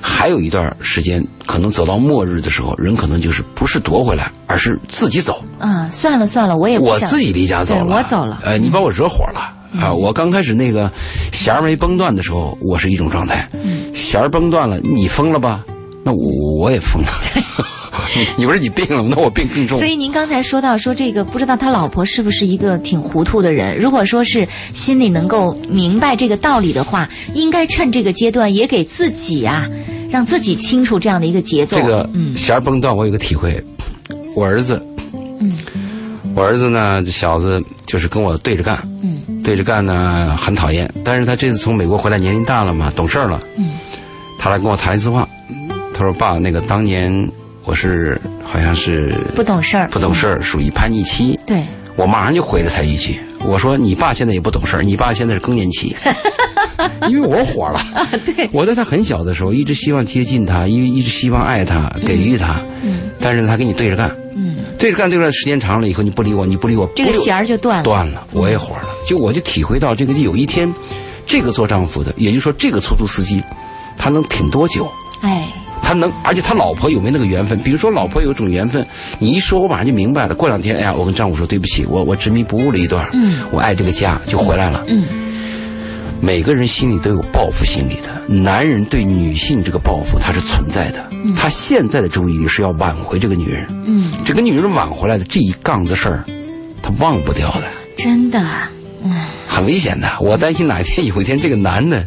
C: 还有一段时间，可能走到末日的时候，人可能就是不是夺回来，而是自己走，
B: 啊，算了算了，我也不
C: 我
B: 想
C: 自己离家走
B: 对
C: 了，
B: 我走了嗯
C: 呃，你把我惹火了。啊，我刚开始那个弦儿没崩断的时候，我是一种状态。
B: 嗯
C: 弦儿崩断了，你疯了吧？那我我也疯了。 你你不是你病了吗？那我病更重
B: 所。以您刚才说到说这个，不知道他老婆是不是一个挺糊涂的人？如果说是心里能够明白这个道理的话，应该趁这个阶段也给自己啊，让自己清楚这样的一个节奏。
C: 这个
B: 嗯
C: 弦儿崩断，我有个体会。我儿子，
B: 嗯
C: 我儿子呢，这小子就是跟我对着干，
B: 嗯
C: 对着干呢很讨厌。但是他这次从美国回来，年龄大了嘛，懂事儿了。
B: 嗯，
C: 他来跟我谈一次话，他说：“爸，那个当年我是好像是
B: 不懂事儿，
C: 不懂事儿，属于叛逆期。”
B: 对，
C: 我马上就回了他一句：“我说你爸现在也不懂事儿，你爸现在是更年 期，因为我火了。
B: 啊
C: 对，我在他很小的时候一直希望接近他，一一直希望爱他，给予他。
B: 嗯
C: 但是他跟你对着干，
B: 嗯，
C: 对着干，对着干，时间长了以后你不理我，你不理我，
B: 这个
C: 不理我
B: 弦儿就断了。
C: 断了，我也火了。就我就体会到这个，有一天，这个做丈夫的，也就是说这个出租司机，他能挺多久？
B: 哎，
C: 他能，而且他老婆有没有那个缘分？比如说，老婆有一种缘分，你一说，我马上就明白了。过两天，哎呀，我跟丈夫说对不起，我我执迷不悟了一段，
B: 嗯，
C: 我爱这个家，就回来了。
B: 嗯，
C: 每个人心里都有报复心理的，男人对女性这个报复它是存在的，他现在的注意力是要挽回这个女人，
B: 嗯，
C: 这个女人挽回来的这一杠子事儿，他忘不掉的，
B: 真的啊，
C: 很危险的。我担心哪一天有一天这个男的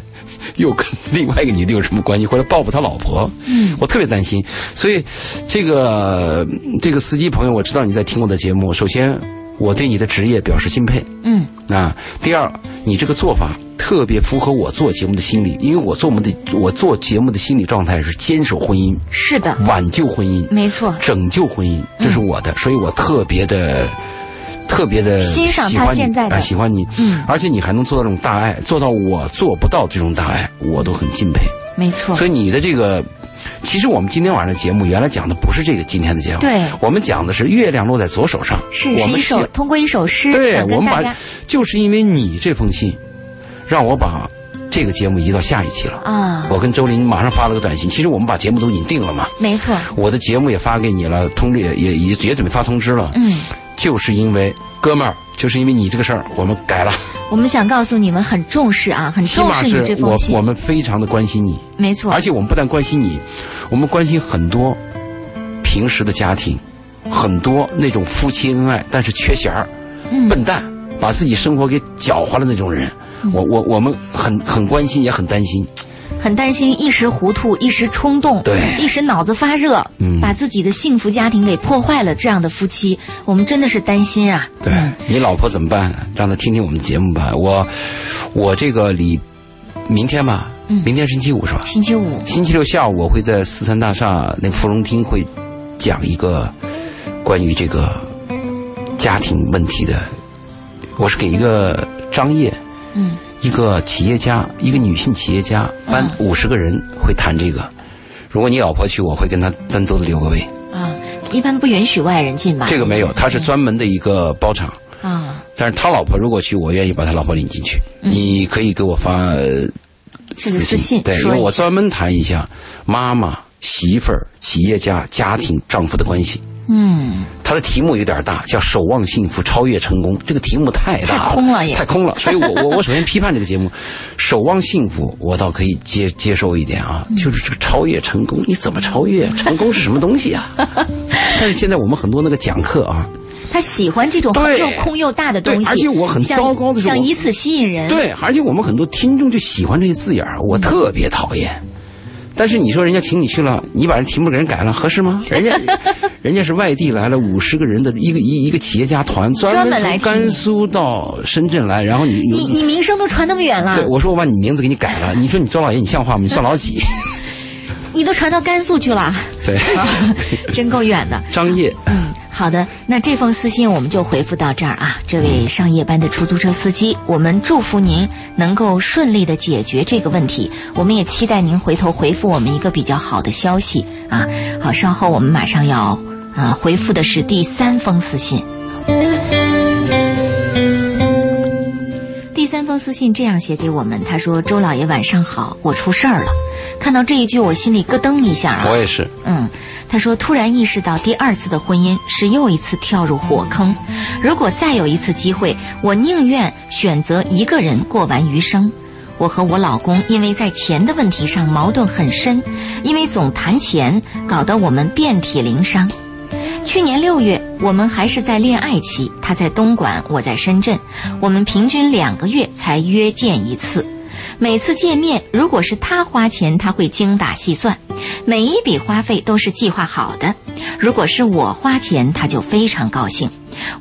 C: 又跟 另外一个女的有什么关系，或者报复他老婆，嗯，我特别担心。所以，这个这个司机朋友，我知道你在听我的节目，首先我对你的职业表示敬佩。
B: 嗯
C: 啊，第二，你这个做法特别符合我做节目的心理，因为我做我们的我做节目的心理状态是坚守婚姻、
B: 是的，
C: 挽救婚姻、
B: 没错。
C: 拯救婚
B: 嗯
C: 姻，这是我的，所以我特别的。特别的
B: 欣赏他现在的
C: 喜欢你，
B: 嗯
C: 而且你还能做到这种大爱，做到我做不到这种大爱，我都很敬佩。
B: 没错，
C: 所以你的这个，其实我们今天晚上的节目原来讲的不是这个今天的节目，
B: 对
C: 我们讲的是月亮落在左手上，
B: 是
C: 我
B: 是
C: 们
B: 一首
C: 想
B: 通过一首诗
C: 对
B: 想
C: 我
B: 跟
C: 们
B: 大
C: 把
B: 家，
C: 就是因为你这封信，让我把这个节目移到下一期了。
B: 啊，
C: 我跟周林马上发了个短信，其实我们把节目都已经定了嘛，
B: 没错，
C: 我的节目也发给你了，通知也也也也准备发通知了。
B: 嗯。
C: 就是因为哥们儿，就是因为你这个事儿，我们改了，
B: 我们想告诉你们，很重视啊，很
C: 起
B: 重
C: 码
B: 视你这
C: 是
B: 封
C: 我
B: 信
C: 我。们非常的关心你，
B: 没错，
C: 而且我们不但关心你，我们关心很多平时的家庭，很多那种夫妻恩爱但是缺弦儿、
B: 嗯
C: 笨蛋，把自己生活给搅和了那种人。
B: 嗯
C: 我我我们很很关心，也很担心。
B: 很担心一时糊涂、一时冲动、
C: 对
B: 一时脑子发热，
C: 嗯
B: 把自己的幸福家庭给破坏了。这样的夫妻，我们真的是担心啊。
C: 对嗯你老婆怎么办？让她听听我们的节目吧。我我这个礼明天吧，
B: 嗯
C: 明天星期五是吧？
B: 星期五，
C: 星期六下午我会在四川大厦那个芙蓉厅会讲一个关于这个家庭问题的，我是给一个张掖
B: 嗯，
C: 一个企业家，一个女性企业家，班五十个人会谈这个。如果你老婆去，我会跟她单独的留个位。
B: 啊，一般不允许外人进吧？
C: 这个没有，他是专门的一个包场。
B: 啊，
C: 但是他老婆如果去，我愿意把他老婆领进去。你可以给我发呃
B: 这个嗯私信
C: 对，因
B: 说
C: 为
B: 一
C: 我
B: 下。
C: 专门谈一下妈妈、媳妇儿、企业家、家庭、丈夫的关系。
B: 嗯，
C: 他的题目有点大，叫“守望幸福，超越成功”。这个题目太大了，
B: 太空了也
C: 太空了。所以我 我我首先批判这个节目，“守望幸福”我倒可以接接受一点
B: 嗯
C: 啊，就是这个超越成功，你怎么超越？成功是什么东 西啊？但是现在我们很多那个讲课啊，
B: 他喜欢这种
C: 对
B: 又空又大的东西，
C: 对而且我很
B: 像
C: 糟糕的是
B: 像
C: 我
B: 以此吸引人。
C: 对，而且我们很多听众就喜欢这些字眼儿，我特别讨厌。但是你说人家请你去了，你把人题目给人改了，合适吗？人家，人家是外地来了五十个人的一个一一个企业家团，专
B: 专
C: 门
B: 门来
C: 从
B: 听
C: 甘
B: 你
C: 肃到深圳来，然后你
B: 你你名声都传那么远了
C: 对，我说我把你名字给你改了，你说你周老爷你像话吗？你算老几？
B: 你都传到甘肃去了，
C: 对，
B: 真够远的。
C: 张掖，
B: 好的，那这封私信我们就回复到这儿啊。这位上夜班的出租车司机，我们祝福您能够顺利的解决这个问题。我们也期待您回头回复我们一个比较好的消息啊。好，稍后我们马上要啊回复的是第三封私信。第三封私信这样写给我们，他说：“周老爷晚上好，我出事儿了。”看到这一句，我心里咯噔一下啊。
C: 我也是，
B: 嗯，他说突然意识到第二次的婚姻是又一次跳入火坑，如果再有一次机会，我宁愿选择一个人过完余生。我和我老公因为在钱的问题上矛盾很深，因为总谈钱，搞得我们遍体鳞伤。去年六月，我们还是在恋爱期，他在东莞，我在深圳，我们平均两个月才约见一次。每次见面，如果是他花钱，他会精打细算，每一笔花费都是计划好的；如果是我花钱，他就非常高兴。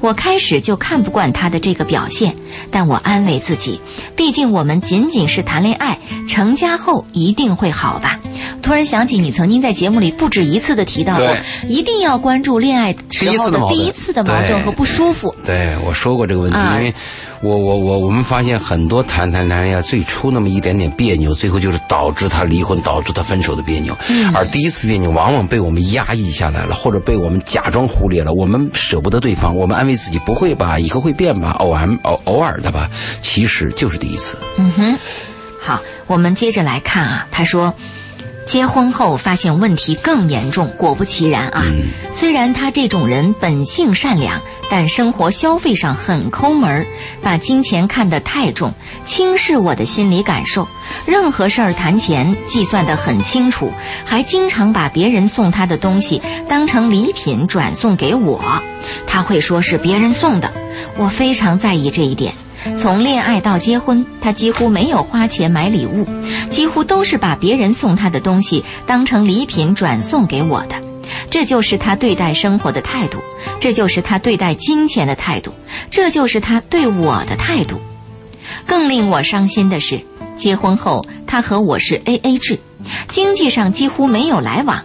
B: 我开始就看不惯他的这个表现，但我安慰自己，毕竟我们仅仅是谈恋爱，成家后一定会好吧。突然想起你曾经在节目里不止一次的提到过
C: 对，
B: 一定要关注恋爱时候的第
C: 第
B: 一
C: 一
B: 次
C: 次
B: 的
C: 的
B: 矛
C: 矛盾
B: 盾和
C: 对
B: 不舒服。
C: 对我说过这个问题，
B: 啊
C: 因为我我我我们发现很多谈谈谈恋爱最初那么一点点别扭，最后就是导致他离婚、导致他分手的别扭，而第一次别扭往往被我们压抑下来了，或者被我们假装忽略了，我们舍不得对方，我们安慰自己不会吧，以后会变吧，偶尔偶偶尔的吧，其实就是第一次，
B: 嗯哼，好，我们接着来看啊，他说。结婚后发现问题更严重，果不其然啊。虽然他这种人本性善良，但生活消费上很抠门儿，把金钱看得太重，轻视我的心理感受。任何事儿谈钱计算得很清楚，还经常把别人送他的东西当成礼品转送给我。他会说是别人送的，我非常在意这一点。从恋爱到结婚，他几乎没有花钱买礼物，几乎都是把别人送他的东西当成礼品转送给我的。这就是他对待生活的态度，这就是他对待金钱的态度，这就是他对我的态度。更令我伤心的是，结婚后他和我是 A A 制，经济上几乎没有来往。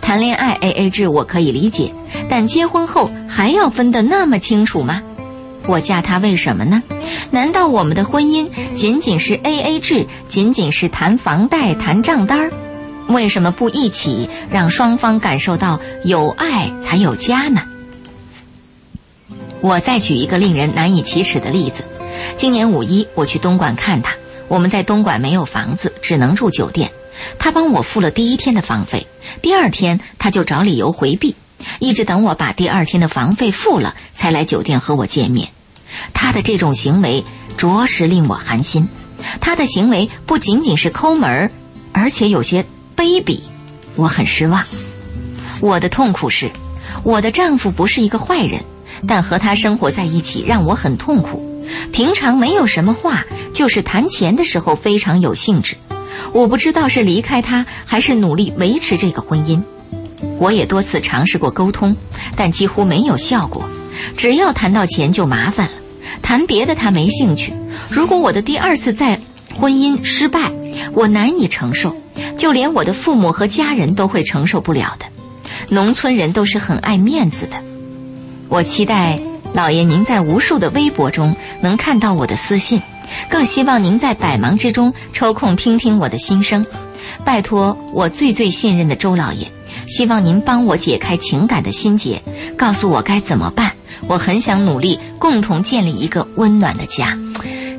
B: 谈恋爱 A A 制我可以理解，但结婚后还要分得那么清楚吗？我嫁他为什么呢？难道我们的婚姻仅仅是 A A 制，仅仅是谈房贷、谈账单儿？为什么不一起让双方感受到有爱才有家呢？我再举一个令人难以启齿的例子：今年五一我去东莞看他，我们在东莞没有房子，只能住酒店。他帮我付了第一天的房费，第二天他就找理由回避，一直等我把第二天的房费付了，才来酒店和我见面。他的这种行为着实令我寒心。他的行为不仅仅是抠门儿，而且有些卑鄙，我很失望。我的痛苦是，我的丈夫不是一个坏人，但和他生活在一起让我很痛苦。平常没有什么话，就是谈钱的时候非常有兴致。我不知道是离开他，还是努力维持这个婚姻。我也多次尝试过沟通，但几乎没有效果。只要谈到钱就麻烦了，谈别的他没兴趣。如果我的第二次再婚姻失败，我难以承受，就连我的父母和家人都会承受不了的。农村人都是很爱面子的。我期待老爷您在无数的微博中能看到我的私信，更希望您在百忙之中抽空听听我的心声。拜托我最最信任的周老爷，希望您帮我解开情感的心结，告诉我该怎么办。我很想努力，共同建立一个温暖的家。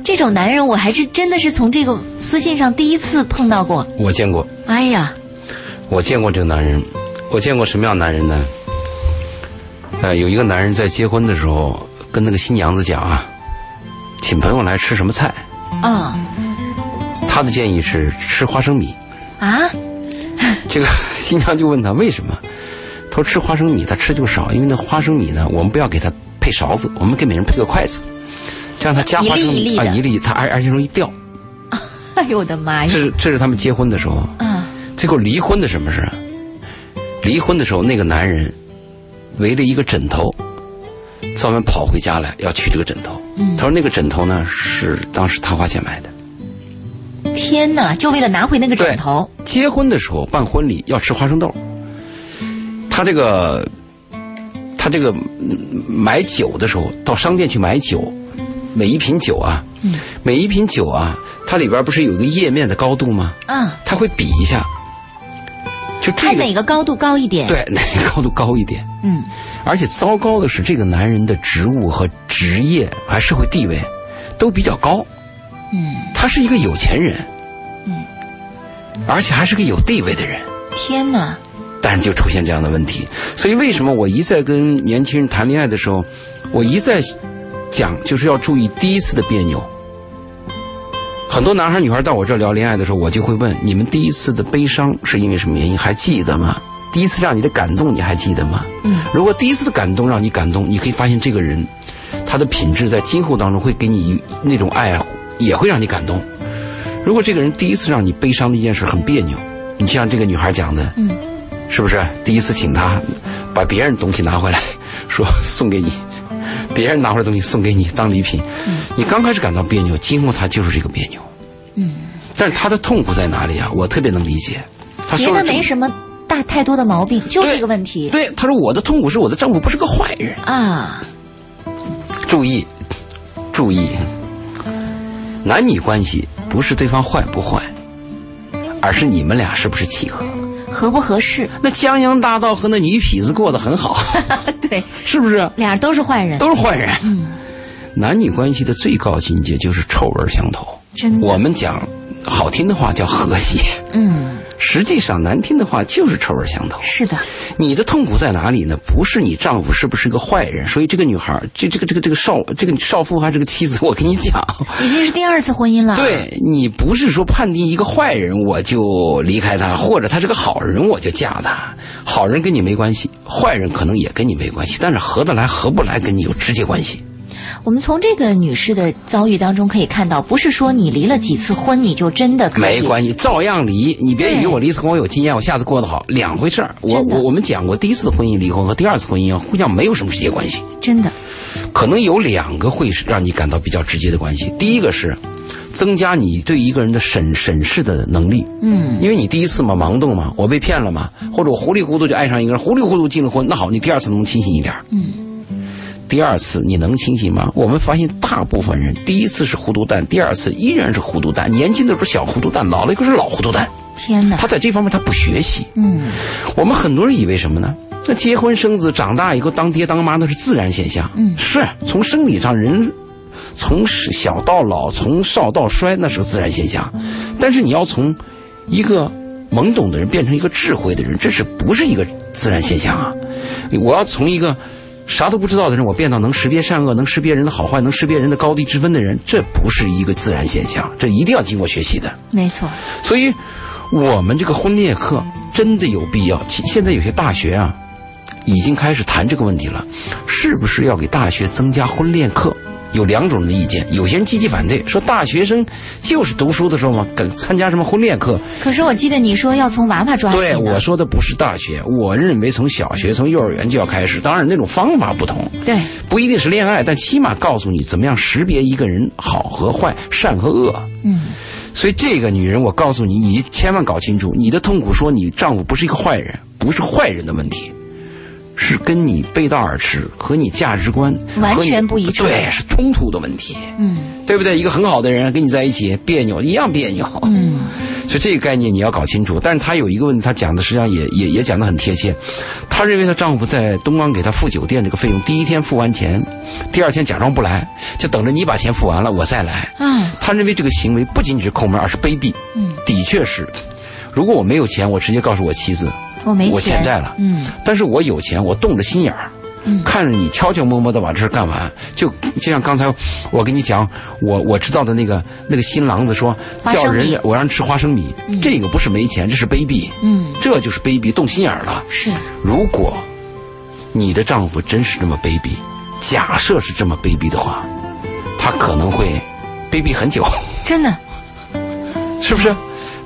B: 这种男人，我还是真的是从这个私信上第一次碰到过。
C: 我见过，
B: 哎呀，
C: 我见过这个男人，我见过什么样的男人呢？呃，有一个男人在结婚的时候跟那个新娘子讲啊，请朋友来吃什么菜，
B: 啊、
C: 他的建议是吃花生米。
B: 啊，
C: 这个 新娘就问他为什么，他说吃花生米他吃就少，因为那花生米呢，我们不要给他配勺子，我们给每人配个筷子，这样他夹花生
B: 一粒一粒
C: 米
B: 的
C: 啊一粒，他而而且容易掉。
B: 哎呦我的妈
C: 这
B: 呀！
C: 是这是他们结婚的时候，
B: 啊，
C: 最后离婚的什么事啊？离婚的时候，那个男人围着一个枕头，专门跑回家来要取这个枕头。
B: 嗯
C: 他说那个枕头呢是当时他花钱买的。
B: 天哪，就为了拿回那个枕头，
C: 结婚的时候办婚礼要吃花生豆，他这个他这个嗯买酒的时候到商店去买酒，每一瓶酒啊，每一瓶酒啊，它里边不是有一个页面的高度吗？
B: 啊，
C: 他会比一下，就这
B: 看
C: 个
B: 哪个高度高一点。，
C: 对哪个高度高一点。
B: 嗯，
C: 而且糟糕的是，这个男人的职务和职业还社会地位都比较高。
B: 嗯，
C: 他是一个有钱人，
B: 嗯，
C: 而且还是个有地位的人。
B: 天哪，
C: 但是就出现这样的问题。所以为什么我一再跟年轻人谈恋爱的时候，我一再讲就是要注意第一次的别扭。很多男孩女孩到我这儿聊恋爱的时候，我就会问你们第一次的悲伤是因为什么原因？还记得吗？第一次让你的感动你还记得吗？
B: 嗯，
C: 如果第一次的感动让你感动，你可以发现这个人他的品质在今后当中会给你那种爱，也会让你感动。如果这个人第一次让你悲伤的一件事很别扭，你就像这个女孩讲的，
B: 嗯，
C: 是不是？第一次请他把别人东西拿回来， 说送给你，别人拿回来东西送给你当礼品，
B: 嗯
C: 你刚开始感到别扭，今后他就是这个别扭。嗯，但是他的痛苦在哪里啊？我特别能理解。他
B: 别
C: 说
B: 的
C: 了这
B: 没
C: 么
B: 什么大太多的毛病，就这个问题
C: 对，他说我的痛苦是我的丈夫不是个坏人。
B: 啊。
C: 注意，注意，男女关系不是对方坏不坏，而是你们俩是不是契合。
B: 合不合适？
C: 那江洋大盗和那女痞子过得很好，
B: 对，
C: 是不是？
B: 俩人都是坏人，
C: 都是坏人。男女关系的最高境界就是臭味相投。
B: 真的。
C: 我们讲好听的话叫和谐，
B: 嗯，
C: 实际上难听的话就是臭味相投。
B: 是的，
C: 你的痛苦在哪里呢？不是你丈夫是不是个坏人，所以这个女孩，这这个这个这个少这个少妇还是个妻子，我跟你讲，
B: 已经是第二次婚姻了。，
C: 对你不是说判定一个坏人我就离开他，或者他是个好人我就嫁他。好人跟你没关系，坏人可能也跟你没关系，但是合得来合不来跟你有直接关系。
B: 我们从这个女士的遭遇当中可以看到，不是说你离了几次婚，你就真的可以
C: 没关系，照样离。你别以为
B: 对
C: 我离一次婚我有经验，我下次过得好，两回事儿。我
B: 真的
C: 我我们讲过，第一次的婚姻离婚和第二次婚姻啊，互相没有什么直接关系。
B: 真的，
C: 可能有两个会是让你感到比较直接的关系。第一个是增加你对一个人的审审视的能力，
B: 嗯，
C: 因为你第一次嘛盲动嘛，我被骗了嘛，或者我糊里糊涂就爱上一个人，糊里糊涂进了婚，那好，你第二次能清醒一点，
B: 嗯，
C: 第二次你能清醒吗？我们发现大部分人第一次是糊涂蛋，第二次依然是糊涂蛋，年轻的时候小糊涂蛋，老了又是老糊涂蛋，
B: 天哪
C: 他，在这方面他不学习，
B: 嗯，
C: 我们很多人以为什么呢？那结婚生子，长大以后当爹当妈那是自然现象。
B: 嗯
C: 是从生理上人从小到老，从少到衰，那是个自然现象。但是你要从一个懵懂的人变成一个智慧的人，这是不是一个自然现象啊？我要从一个啥都不知道的人，我变到能识别善恶、能识别人的好坏、能识别人的高低之分的人，这不是一个自然现象，这一定要经过学习的。
B: 没错，
C: 所以，我们这个婚恋课真的有必要。其现在有些大学啊，已经开始谈这个问题了，是不是要给大学增加婚恋课？有两种人的意见，有些人积极反对，说大学生就是读书的时候嘛，敢参加什么婚恋课？
B: 可是我记得你说要从娃娃抓起
C: 对，
B: 呢
C: 我说的不是大学，我认为从小学、从幼儿园就要开始。当然，那种方法不同，
B: 对，
C: 不一定是恋爱，但起码告诉你怎么样识别一个人好和坏、善和恶。
B: 嗯，
C: 所以这个女人，我告诉你，你千万搞清楚，你的痛苦说你丈夫不是一个坏人，不是坏人的问题，是跟你背道而驰，和你价值观
B: 完
C: 和你
B: 全不一致
C: 对，是冲突的问题，
B: 嗯，
C: 对不对？一个很好的人跟你在一起别扭，一样别扭，嗯，所以这个概念你要搞清楚。但是她有一个问题，她讲的实际上也也也讲的很贴切。她认为她丈夫在东莞给她付酒店这个费用，第一天付完钱，第二天假装不来，就等着你把钱付完了我再来。
B: 嗯
C: 她认为这个行为不仅仅是抠门，而是卑鄙。
B: 嗯，
C: 的确是。如果我没有钱，我直接告诉我妻子，
B: 我没
C: 我欠
B: 钱
C: 债了。
B: 嗯
C: 但是我有钱，我动着心眼儿，
B: 嗯
C: 看着你悄悄摸摸的把这事干完，就就像刚才我跟你讲，我我知道的那个那个新郎子说，
B: 花生
C: 叫
B: 米
C: 人家我让人吃花生米，这个不是没钱，这是卑鄙，
B: 嗯，
C: 这就是卑鄙，动心眼儿了。
B: 是
C: 如果你的丈夫真是这么卑鄙，假设是这么卑鄙的话，他可能会卑鄙很久，
B: 真的。
C: 是不是？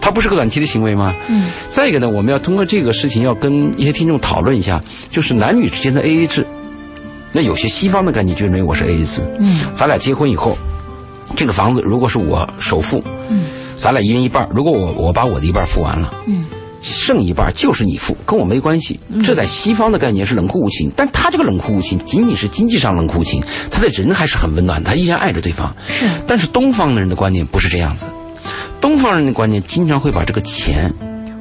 C: 他不是个短期的行为吗？
B: 嗯
C: 再一个呢，我们要通过这个事情要跟一些听众讨论一下，就是男女之间的 AA 制。那有些西方的概念就认为我是 AA 制，
B: 嗯
C: 咱俩结婚以后，这个房子如果是我首付，
B: 嗯
C: 咱俩一人一半儿，如果我我把我的一半儿付完了，
B: 嗯
C: 剩一半就是你付，跟我没关系。这在西方的概念是冷酷无情，但他这个冷酷无情仅仅是经济上冷酷无情，他的人还是很温暖，他依然爱着对方。
B: 是
C: 但是东方人的观念不是这样子，东方人的观念经常会把这个钱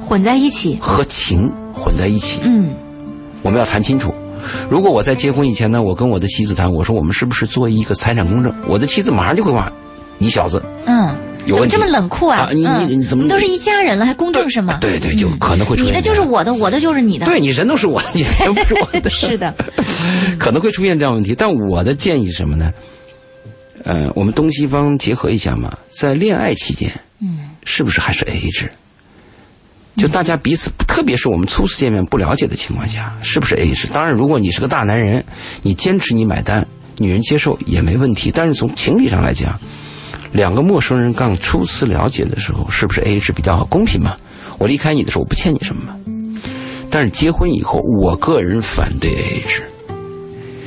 B: 混在一起。
C: 和情混在一起。
B: 嗯
C: 我们要谈清楚。如果我在结婚以前呢，我跟我的妻子谈，我说我们是不是做一个财产公证？我的妻子马上就会骂你小子
B: 嗯，怎
C: 有
B: 么
C: 问题
B: 这么冷酷啊？
C: 啊你你
B: 嗯
C: 你怎么
B: 都是一家人了，还公证什么？
C: 对对，就可能会出
B: 你
C: 现
B: 的就是我的，我的就是你的。
C: 对你人都是我的，你人不是我的。
B: 是 的，
C: 可能会出现这样的问题。但我的建议是什么呢？呃，我们东西方结合一下嘛，在恋爱期间，
B: 嗯
C: 是不是还是 AA 制？就大家彼此，特别是我们初次见面不了解的情况下，是不是 AA 制？当然，如果你是个大男人，你坚持你买单，女人接受也没问题。但是从情理上来讲，两个陌生人刚初次了解的时候，是不是 AA 制比较好公平嘛？我离开你的时候，我不欠你什么嘛。但是结婚以后，我个人反对 AA 制。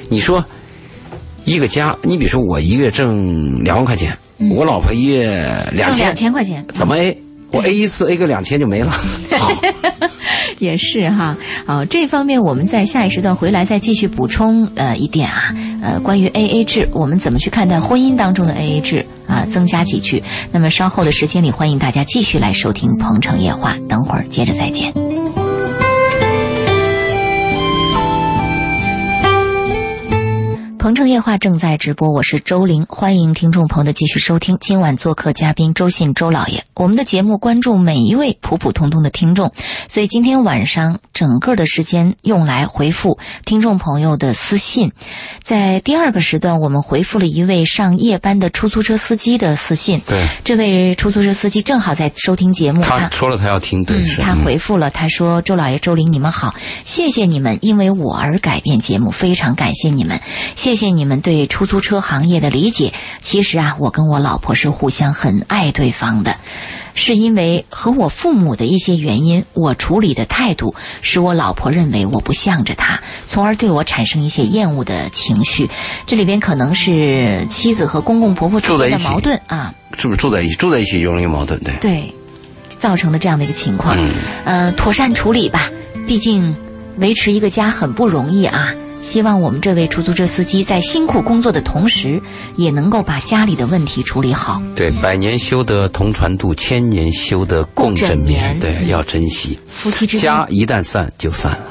C: 你说一个家，你比如说我一月挣两万块钱，我老婆一月
B: 嗯
C: 两
B: 挣
C: 千
B: 两，千块钱
C: 怎么 A？我 A 一次 A 个两千就没了。好，
B: 也是哈。哦，这方面我们在下一时段回来再继续补充呃一点啊，呃，关于 A A 制，我们怎么去看待婚姻当中的 A A 制啊？增加几句。那么稍后的时间里，欢迎大家继续来收听《鹏城夜话》，等会儿接着再见。鹏城夜话正在直播，我是周玲，欢迎听众朋友的继续收听。今晚做客嘉宾周信周老爷，我们的节目关注每一位普普通通的听众，所以今天晚上整个的时间用来回复听众朋友的私信。在第二个时段，我们回复了一位上夜班的出租车司机的私信。
C: 对，
B: 这位出租车司机正好在收听节目，
C: 他说了他要听，对，
B: 嗯，
C: 是。
B: 他
C: 嗯
B: 回复了，他说：“周老爷、周玲，你们好，谢谢你们因为我而改变节目，非常感谢你们，谢谢你们对出租车行业的理解。其实啊，我跟我老婆是互相很爱对方的，是因为和我父母的一些原因，我处理的态度使我老婆认为我不向着她，从而对我产生一些厌恶的情绪。这里边可能是妻子和公公婆婆之
C: 住在
B: 间的
C: 一起
B: 矛盾啊。”
C: 是不是住在一起？住在一起就容易矛盾，对。
B: 对，造成的这样的一个情况，
C: 嗯
B: 呃，妥善处理吧。毕竟维持一个家很不容易啊。希望我们这位出租车司机在辛苦工作的同时，也能够把家里的问题处理好。
C: 对，百年修得同船渡，千年修得共枕眠。
B: 共枕眠嗯
C: 对，要珍惜。
B: 夫妻之间
C: 家一旦散就散了。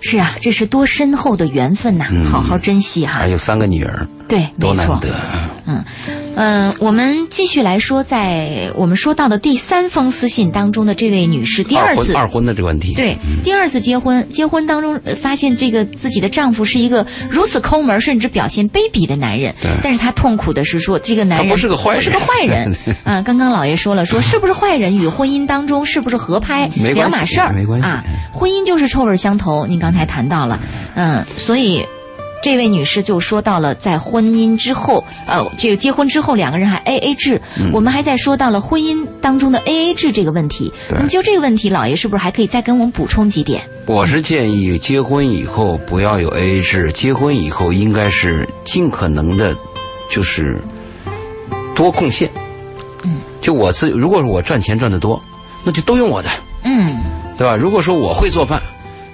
B: 是啊，这是多深厚的缘分呐、好好珍惜哈、
C: 还有三个女儿，
B: 对，没
C: 嗯哎多难
B: 错。
C: 得。
B: 呃，我们继续来说，在我们说到的第三封私信当中的这位女士，第
C: 二
B: 二次
C: 婚二婚的这个问题，
B: 对，第二次结婚，结婚当中、呃发现这个自己的丈夫是一个如此抠门，甚至表现卑鄙的男人。但是她痛苦的是说，这个男人
C: 他不是个坏人
B: 不是个坏人。啊，刚刚老爷说了， 说是不是坏人与婚姻当中是不是合拍
C: 没关
B: 两
C: 系
B: 码事儿，
C: 没关系嗯
B: 啊。婚姻就是臭味相投，您刚才谈到了，嗯，所以。这位女士就说到了，在婚姻之后，呃，这个结婚之后，两个人还 A A 制。
C: 嗯
B: 我们还在说到了婚姻当中的 A A 制这个问题。那么就这个问题，老爷是不是还可以再跟我们补充几点？
C: 我是建议结婚以后不要有 AA 制，结婚以后应该是尽可能的，就是多贡献。嗯，就我自，如果是我赚钱赚得多，那就都用我的，
B: 嗯，
C: 对吧？如果说我会做饭，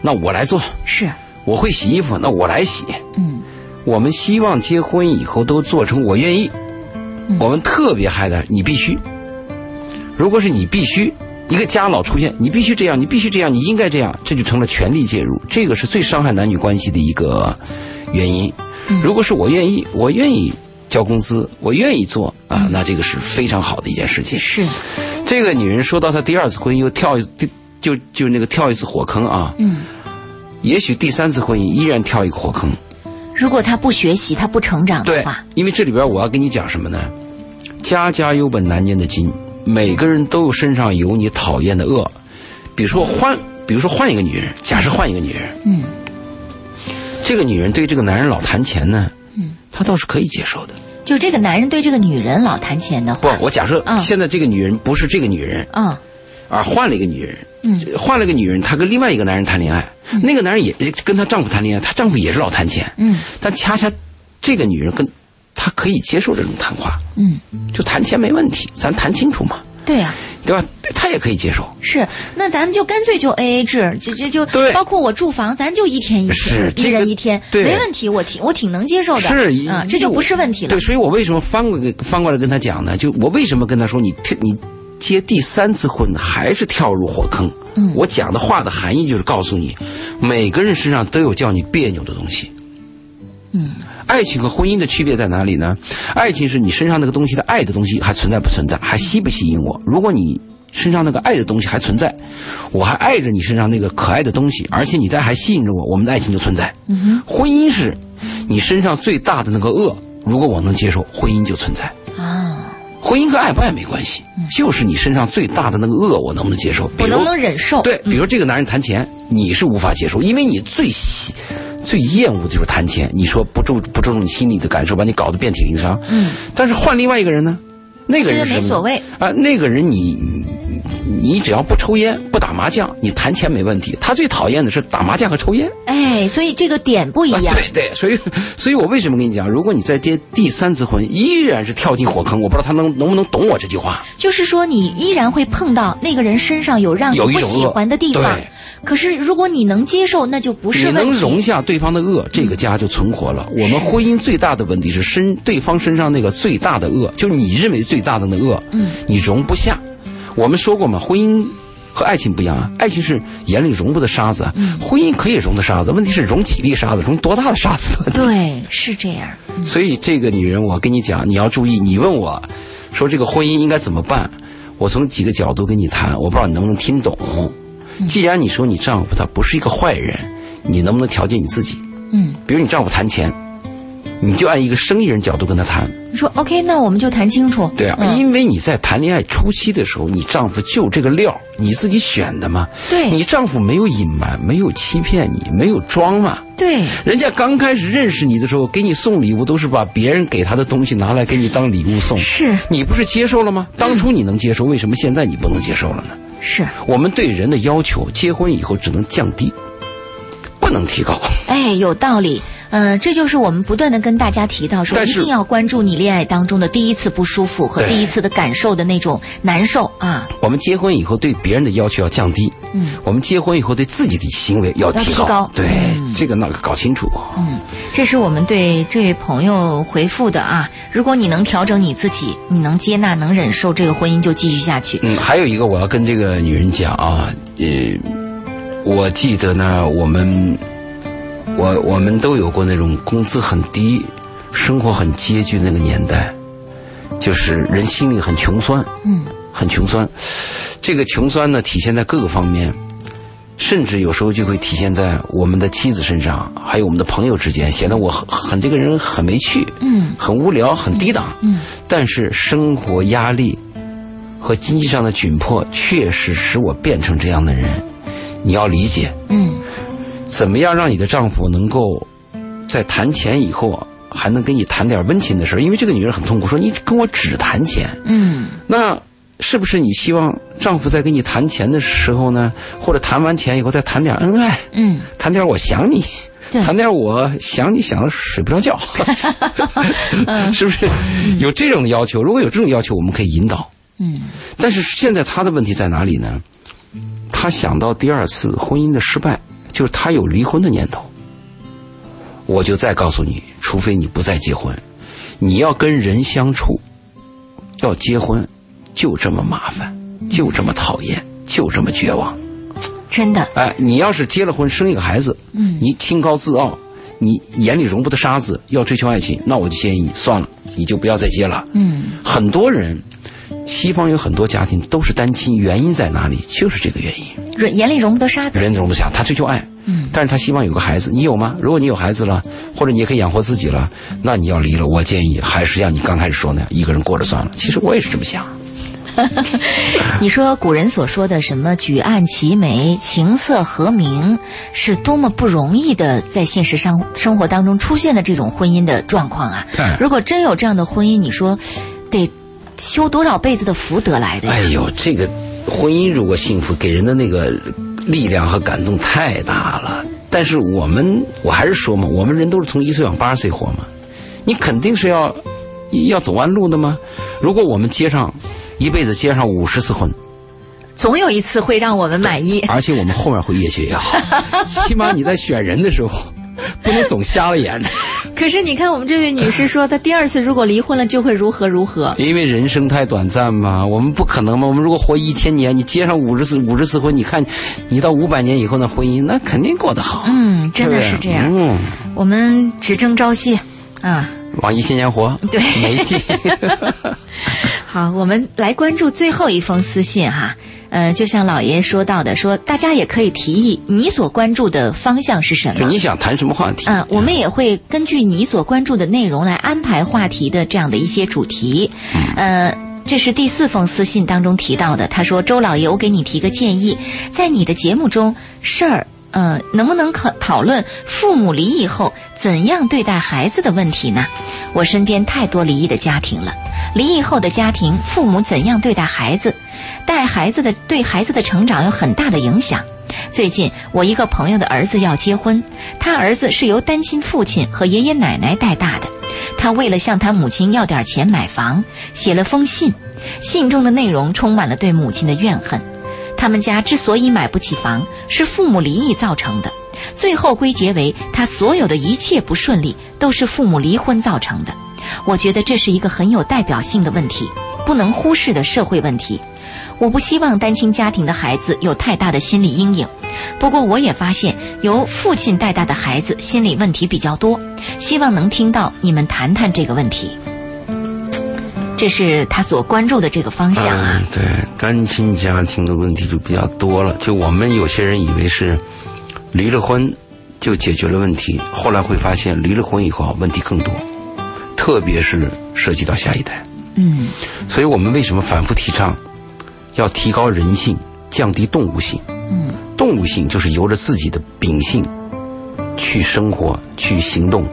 C: 那我来做；
B: 是，
C: 我会洗衣服，那我来洗。
B: 嗯，
C: 我们希望结婚以后都做成我愿意。我们特别害的，你必须。如果是你必须，一个家老出现，你必须这样，你必须这样，你应该这样，这就成了权力介入，这个是最伤害男女关系的一个原因。如果是我愿意，我愿意交工资，我愿意做啊，那这个是非常好的一件事情。
B: 是，
C: 这个女人说到她第二次婚姻又跳一第就就那个跳一次火坑啊，
B: 嗯，
C: 也许第三次婚姻依然跳一个火坑。
B: 如果他不学习，他不成长的话，
C: 因为这里边我要跟你讲什么呢？家家有本难念的经，每个人都有身上有你讨厌的恶。比如说换，比如说换一个女人，假设换一个女人，
B: 嗯，
C: 这个女人对这个男人老谈钱呢，嗯，她倒是可以接受的。
B: 就这个男人对这个女人老谈钱的
C: 不
B: 话，，
C: 我假设
B: 嗯
C: 现在这个女人不是这个女人，
B: 嗯，
C: 而啊换了一个女人，
B: 嗯，
C: 换了一个女人，她跟另外一个男人谈恋爱，那个男人也也跟她丈夫谈恋爱，她丈夫也是老谈钱，
B: 嗯，
C: 但恰恰这个女人跟她可以接受这种谈话，
B: 嗯，
C: 就谈钱没问题，咱谈清楚嘛，
B: 对啊，
C: 对吧？她也可以接受，
B: 是，那咱们就干脆就 A A 制，就就就，
C: 对
B: 包括我住房，咱就一天一
C: 是
B: 天，
C: 这
B: 一
C: 个
B: 人一天，
C: 对
B: 没问题，我挺我挺能接受的，
C: 是一
B: 啊，这就不是问题了
C: 对，，所以我为什么翻过翻过来跟她讲呢？就我为什么跟她说你你结第三次婚还是跳入火坑？嗯，我讲的话的含义就是告诉你，每个人身上都有叫你别扭的东西。嗯，爱情和婚姻的区别在哪里呢？爱情是你身上那个东西的爱的东西还存在不存在，还吸不吸引我？如果你身上那个爱的东西还存在，我还爱着你身上那个可爱的东西，而且你在还吸引着我，我们的爱情就存在。嗯、婚姻是你身上最大的那个恶，如果我能接受，婚姻就存在。
B: 啊，
C: 婚姻和爱不爱没关系，就是你身上最大的那个恶，我能不能接受？
B: 嗯我
C: 比如
B: 能不能忍受？
C: 对，比如这个男人谈钱，你是无法接受，因为你最喜、最厌恶的就是谈钱。你说不注不注重你心理的感受，把你搞得遍体鳞伤。嗯，但是换另外一个人呢，那个
B: 觉
C: 人
B: 得
C: 是
B: 没
C: 什么
B: 所谓，
C: 啊，那个人你你你只要不抽烟、不打麻将，你谈钱没问题。他最讨厌的是打麻将和抽烟。
B: 哎，所以这个点不一
C: 啊，
B: 样，
C: 对对，所以所以我为什么跟你讲，如果你再结第三次婚，依然是跳进火坑，我不知道他能能不能懂我这句话。
B: 就是说你依然会碰到那个人身上有让你
C: 有一
B: 不
C: 种
B: 喜
C: 恶
B: 欢的地方
C: 对，
B: 可是如果你能接受，那就不是
C: 你
B: 问
C: 能容
B: 题，
C: 下对方的恶，这个家就存活了。我们婚姻最大的问题是身对方身上那个最大的恶，就你认为最大的那恶，嗯，你容不下。我们说过嘛，婚姻和爱情不一样啊，爱情是眼里容不得沙子，啊
B: 嗯
C: 婚姻可以容得沙子，问题是容几粒沙子，容多大的沙子？
B: 对，是这样，
C: 所以这个女人，我跟你讲，你要注意。你问我说这个婚姻应该怎么办，我从几个角度跟你谈，我不知道你能不能听懂。
B: 嗯
C: 既然你说你丈夫他不是一个坏人，你能不能调节你自己？
B: 嗯，
C: 比如你丈夫谈钱，你就按一个生意人角度跟他谈，
B: 你说 OK，那我们就谈清楚，
C: 对啊，
B: 嗯
C: 因为你在谈恋爱初期的时候，你丈夫就这个料，你自己选的嘛，
B: 对
C: 你丈夫没有隐瞒，没有欺骗你，没有装嘛，
B: 对。
C: 人家刚开始认识你的时候，给你送礼物都是把别人给他的东西拿来给你当礼物送，
B: 是
C: 你不是接受了吗？当初你能接受，为什么现在你不能接受了呢？
B: 是，
C: 我们对人的要求，结婚以后只能降低，不能提高。
B: 哎，有道理。呃，这就是我们不断的跟大家提到说，
C: 但
B: 一
C: 是
B: 定要关注你恋爱当中的第一次不舒服和
C: 对
B: 第一次的感受的那种难受啊，
C: 我们结婚以后对别人的要求要降低，嗯，我们结婚以后对自己的行为要提嗯
B: 要提高
C: 对，这个那个搞清楚。
B: 这是我们对这位朋友回复的啊。如果你能调整你自己，你能接纳、能忍受这个婚姻，就继续下去。
C: 嗯，还有一个我要跟这个女人讲啊，呃，我记得呢，我们我我们都有过那种工资很低、生活很拮据的那个年代，就是人心里很穷酸，
B: 嗯，
C: 很穷酸。这个穷酸呢，体现在各个方面，甚至有时候就会体现在我们的妻子身上，还有我们的朋友之间，显得我很很这个人很没趣，
B: 嗯，
C: 很无聊，很低档，
B: 嗯，
C: 但是生活压力和经济上的窘迫，确实使我变成这样的人。你要理解，
B: 嗯，
C: 怎么样让你的丈夫能够在谈钱以后还能跟你谈点温情的事儿？因为这个女人很痛苦，说你跟我只谈钱，
B: 嗯，
C: 那是不是你希望丈夫在跟你谈钱的时候呢，或者谈完钱以后再谈点恩爱，
B: 嗯，
C: 谈点我想你，
B: 对
C: 谈点我想你想的睡不 着觉， 是不是有这种要求？如果有这种要求，我们可以引导。
B: 嗯，
C: 但是现在他的问题在哪里呢？他想到第二次婚姻的失败，就是他有离婚的念头。我就再告诉你，除非你不再结婚，你要跟人相处，要结婚，就这么麻烦，就这么讨厌。就这么绝望。
B: 真的，
C: 哎，你要是结了婚生一个孩子，嗯，你清高自傲，你眼里容不得沙子，要追求爱情，那我就建议你算了，你就不要再结了。
B: 嗯，
C: 很多人，西方有很多家庭都是单亲，原因在哪里？就是这个原因，
B: 容眼里容不得沙子。
C: 人容不下，他追求爱，嗯，但是他希望有个孩子，你有吗？如果你有孩子了，或者你也可以养活自己了，那你要离了，我建议还是像你刚开始说那样，一个人过着算了。其实我也是这么想。
B: 你说古人所说的什么“举案齐眉，琴瑟和鸣”，是多么不容易的，在现实生生活当中出现的这种婚姻的状况啊
C: 哎！
B: 如果真有这样的婚姻，你说得修多少辈子的福得来的呀？
C: 哎呦，这个婚姻如果幸福，给人的那个力量和感动太大了。但是我们，我还是说嘛，我们人都是从一岁往八十岁活嘛，你肯定是要要走弯路的嘛。如果我们接上一辈子接上五十次婚，
B: 总有一次会让我们满意。
C: 而且我们后面会越结越好，起码你在选人的时候不能总瞎了眼。
B: 可是你看，我们这位女士说，她第二次如果离婚了，就会如何如何。
C: 因为人生太短暂嘛，我们不可能嘛。我们如果活一千年，你接上五十次五十次婚，你看，你到五百年以后那婚姻，那肯定过得好。
B: 嗯，真的
C: 对
B: 是这样。
C: 嗯，
B: 我们只争朝夕啊。
C: 往一千 年活，
B: 对
C: 没劲。
B: 好，我们来关注最后一封私信哈。呃，就像老爷说到的，说大家也可以提议你所关注的方向是什
C: 就
B: 么。
C: 你想谈什么话题？
B: 嗯、我们也会根据你所关注的内容来安排话题的这样的一些主题。呃，这是第四封私信当中提到的，他说：“周老爷，我给你提个建议，在你的节目中，事儿。”呃，能不能考讨论父母离异后怎样对待孩子的问题呢？我身边太多离异的家庭了，离异后的家庭，父母怎样对待孩子，带孩子的对孩子的成长有很大的影响。最近，我一个朋友的儿子要结婚，他儿子是由单亲父亲和爷爷奶奶带大的。他为了向他母亲要点钱买房，写了封信，信中的内容充满了对母亲的怨恨。他们家之所以买不起房，是父母离异造成的。最后归结为他所有的一切不顺利都是父母离婚造成的。我觉得这是一个很有代表性的问题，不能忽视的社会问题。我不希望单亲家庭的孩子有太大的心理阴影。不过我也发现，由父亲带大的孩子心理问题比较多，希望能听到你们谈谈这个问题。这是他所关注的这个方向啊。
C: 嗯，对，单亲家庭的问题就比较多了。就我们有些人以为是离了婚就解决了问题，后来会发现离了婚以后啊问题更多，特别是涉及到下一代。
B: 嗯
C: 所以我们为什么反复提倡要提高人性，降低动物性？
B: 嗯
C: 动物性就是由着自己的秉性去生活、去行动，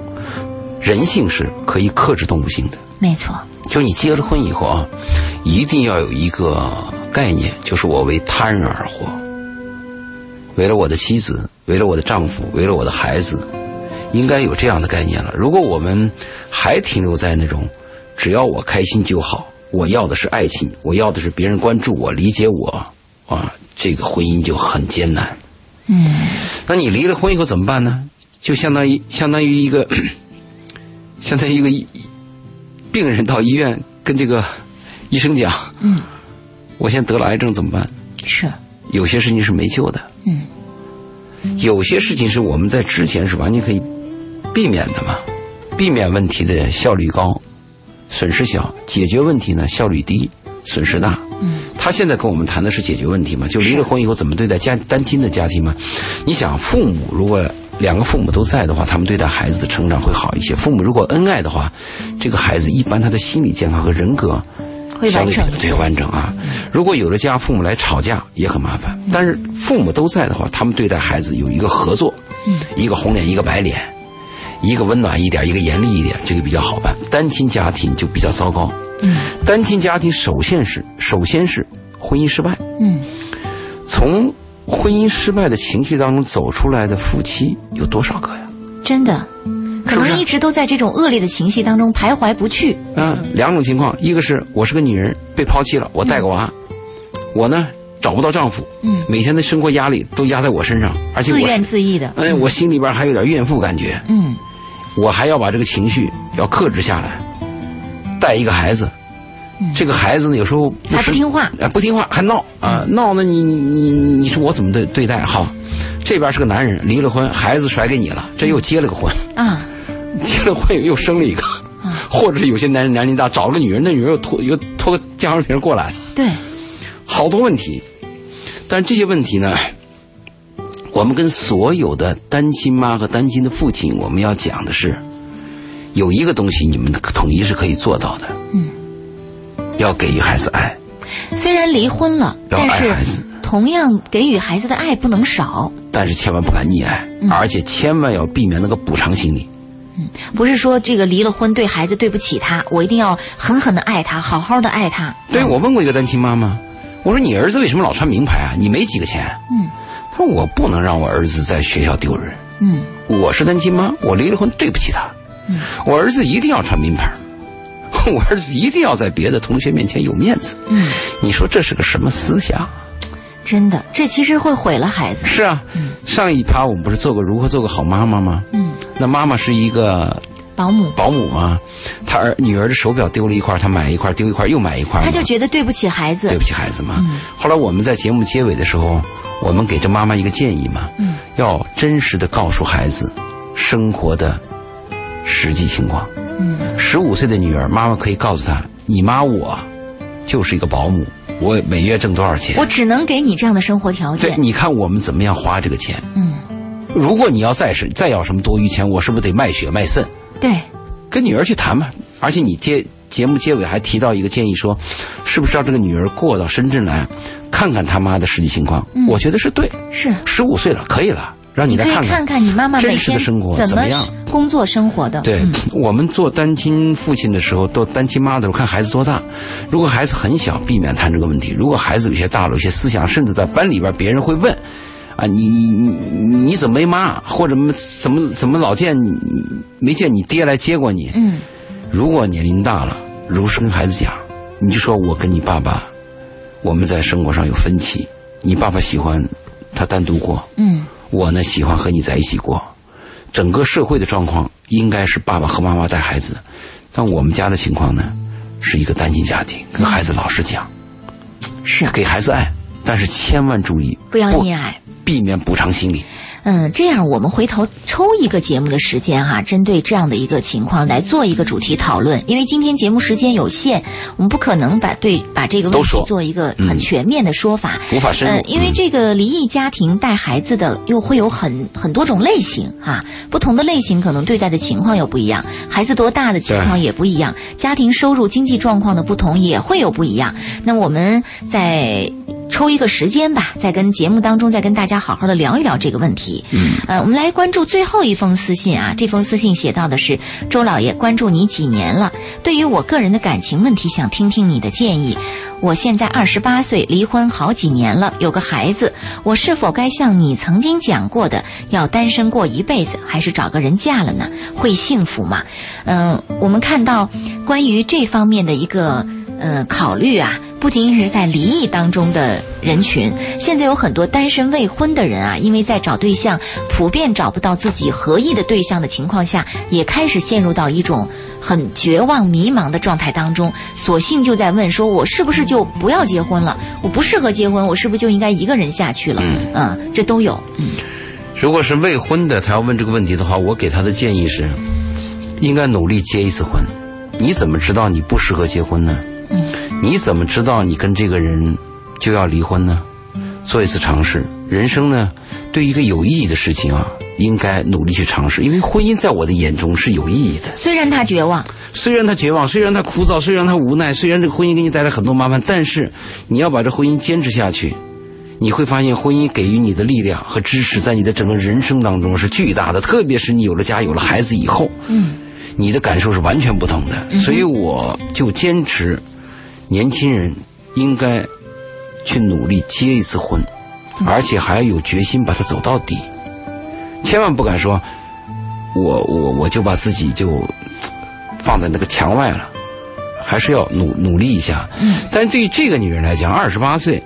C: 人性是可以克制动物性的。
B: 没错。
C: 就你结了婚以后啊，一定要有一个概念，就是我为他人而活，为了我的妻子，为了我的丈夫，为了我的孩子，应该有这样的概念了。如果我们还停留在那种只要我开心就好，我要的是爱情，我要的是别人关注我、理解我，啊，这个婚姻就很艰难。
B: 嗯
C: 那你离了婚以后怎么办呢？就相当于相当于一个，相当于一个医病人到医院跟这个医生讲，
B: 嗯，
C: 我现在得了癌症怎么办？
B: 是
C: 有些事情是没救的，
B: 嗯，
C: 有些事情是我们在之前是完全可以避免的嘛，避免问题的效率高，损失小；解决问题呢效率低，损失大。嗯，他现在跟我们谈的是解决问题嘛，就离了婚以后怎么对待家单亲的家庭嘛？你想，父母如果两个父母都在的话，他们对待孩子的成长会好一些。父母如果恩爱的话，这个孩子一般他的心理健康和人格
B: 会
C: 相
B: 完
C: 对
B: 整
C: 比较对完整啊。如果有的家父母来吵架也很麻烦，
B: 嗯
C: 但是父母都在的话，他们对待孩子有一个合作，
B: 嗯
C: 一个红脸一个白脸，一个温暖一点，一个严厉一点，这个比较好办。单亲家庭就比较糟糕。
B: 嗯
C: 单亲家庭首先是首先是婚姻失败，
B: 嗯
C: 从婚姻失败的情绪当中走出来的夫妻有多少个呀？
B: 真的，可
C: 是不是
B: 能一直都在这种恶劣的情绪当中徘徊不去。
C: 啊，两种情况，一个是我是个女人被抛弃了，我带个娃，我呢找不到丈夫，
B: 嗯，
C: 每天的生活压力都压在我身上，而且
B: 自
C: 我
B: 怨
C: 是，
B: 自艾的。
C: 哎，我心里边还有点怨妇感觉，
B: 嗯
C: 我还要把这个情绪要克制下来，带一个孩子，这个孩子呢，有时候不
B: 嗯还不
C: 识
B: 听话嗯
C: 啊，不听话还闹啊，闹呢，你你你你说我怎么对对待？好，这边是个男人，离了婚，孩子甩给你了，这又结了个婚，
B: 啊，
C: 结了婚又生了一个， 或者是有些男人年龄大找了个女人，那女人又拖又拖个酱油瓶过来，
B: 对，
C: 好多问题。但是这些问题呢，我们跟所有的单亲妈和单亲的父亲，我们要讲的是，有一个东西你们统一是可以做到的，
B: 嗯，
C: 要给予孩子爱。
B: 虽然离婚了，
C: 要爱
B: 但
C: 孩子
B: 是同样给予孩子的爱不能少。
C: 但是千万不敢溺爱，而且千万要避免那个补偿心理。
B: 不是说这个离了婚对孩子对不起他，我一定要狠狠的爱他，好好的爱他。
C: 对我问过一个单亲妈妈，我说你儿子为什么老穿名牌啊？你没几个钱？
B: 嗯，
C: 她说我不能让我儿子在学校丢人，
B: 嗯，
C: 我是单亲妈，我离了婚对不起他，嗯，我儿子一定要穿名牌。 我儿子一定要在别的同学面前有面子，嗯，你说这是个什么思想？
B: 真的，这其实会毁了孩子。
C: 是啊，上一趴我们不是做过如何做个好妈妈吗？嗯，那妈妈是一个
B: 保姆
C: 保姆嘛，她儿女儿的手表丢了一块，她买一块，丢一块又买一块嘛，
B: 他就觉得对不起孩子
C: 对，不起孩子嘛。后来我们在节目结尾的时候，我们给这妈妈一个建议嘛，要真实的告诉孩子生活的实际情况。
B: 嗯
C: 十五岁的女儿，妈妈可以告诉她，你妈我就是一个保姆，我每月挣多少钱
B: 我。只能给你这样的生活条
C: 对，
B: 件。
C: 你看我们怎么样花这个钱。
B: 嗯，
C: 如果你要再是再要什么多余钱，我是不是得卖血卖肾？
B: 对，
C: 跟女儿去谈吧。而且你接节目结尾还提到一个建议说，是不是让这个女儿过到深圳来，看看他妈的实际情况？我觉得是对，
B: 是。
C: 十五岁了，可以了，让你
B: 嗯你
C: 来
B: 可以
C: 看
B: 看看你妈妈每
C: 真实
B: 天
C: 的生活
B: 怎
C: 怎
B: 么
C: 么样。
B: 工作生活的。
C: 对、我们做单亲父亲的时候，做单亲妈的时候，看孩子多大。如果孩子很小，避免谈这个问题；如果孩子有些大了，有些思想，甚至在班里边，别人会问：“啊，你你你你你怎么没妈？或者怎么怎么老见你你没见你爹来接过你？”
B: 嗯，
C: 如果年龄大了，如实跟孩子讲，你就说我跟你爸爸，我们在生活上有分歧，你爸爸喜欢他单独过，
B: 嗯，
C: 我呢喜欢和你在一起过。整个社会的状况应该是爸爸和妈妈带孩子，但我们家的情况呢，是一个单亲家庭，跟孩子老实讲，
B: 是
C: 给孩子爱，但是千万注意
B: 不要溺爱。
C: 避免补偿心理。
B: 嗯，这样我们回头抽一个节目的时间哈、针对这样的一个情况来做一个主题讨论。因为今天节目时间有限，我们不可能把对把这个问
C: 都
B: 题
C: 说嗯
B: 做一个很全面的说法。
C: 无法深入
B: 呃，因为这个离异家庭带孩子的又会有很很多种类型哈、不同的类型可能对待的情况又不一样，孩子多大的情况也不一样，家庭收入、经济状况的不同也会有不一样。那我们再抽一个时间吧，再跟节目当中再跟大家好好的聊一聊这个问题。嗯，呃，我们来关注最后一封私信啊，这封私信写到的是周老爷关注你几年了，对于我个人的感情问题，想听听你的建议。我现在二十八岁，离婚好几年了，有个孩子，我是否该像你曾经讲过的，要单身过一辈子，还是找个人嫁了呢？会幸福吗？嗯、我们看到关于这方面的一个呃考虑啊，不仅仅是在离异当中的人群，现在有很多单身未婚的人啊，因为在找对象，普遍找不到自己合意的对象的情况下，也开始陷入到一种很绝望、迷茫的状态当中，索性就在问说：我是不是就不要结婚了？我不适合结婚，我是不是就应该一个人下去了？嗯，这都有。嗯
C: 如果是未婚的，他要问这个问题的话，我给他的建议是，应该努力结一次婚。你怎么知道你不适合结婚呢？你怎么知道你跟这个人就要离婚呢？做一次尝试，人生呢，对一个有意义的事情啊，应该努力去尝试，因为婚姻在我的眼中是有意义的。
B: 虽然他绝望，
C: 虽然他绝望，虽然他枯燥，虽然他无奈，虽然这个婚姻给你带来很多麻烦，但是你要把这婚姻坚持下去，你会发现婚姻给予你的力量和支持，在你的整个人生当中是巨大的，特别是你有了家、有了孩子以后，嗯，你的感受是完全不同的。所以我就坚持，年轻人应该去努力结一次婚，而且还要有决心把它走到底，千万不敢说。我我我就把自己就放在那个墙外了，还是要努努力一下。嗯，但对于这个女人来讲，二十八岁，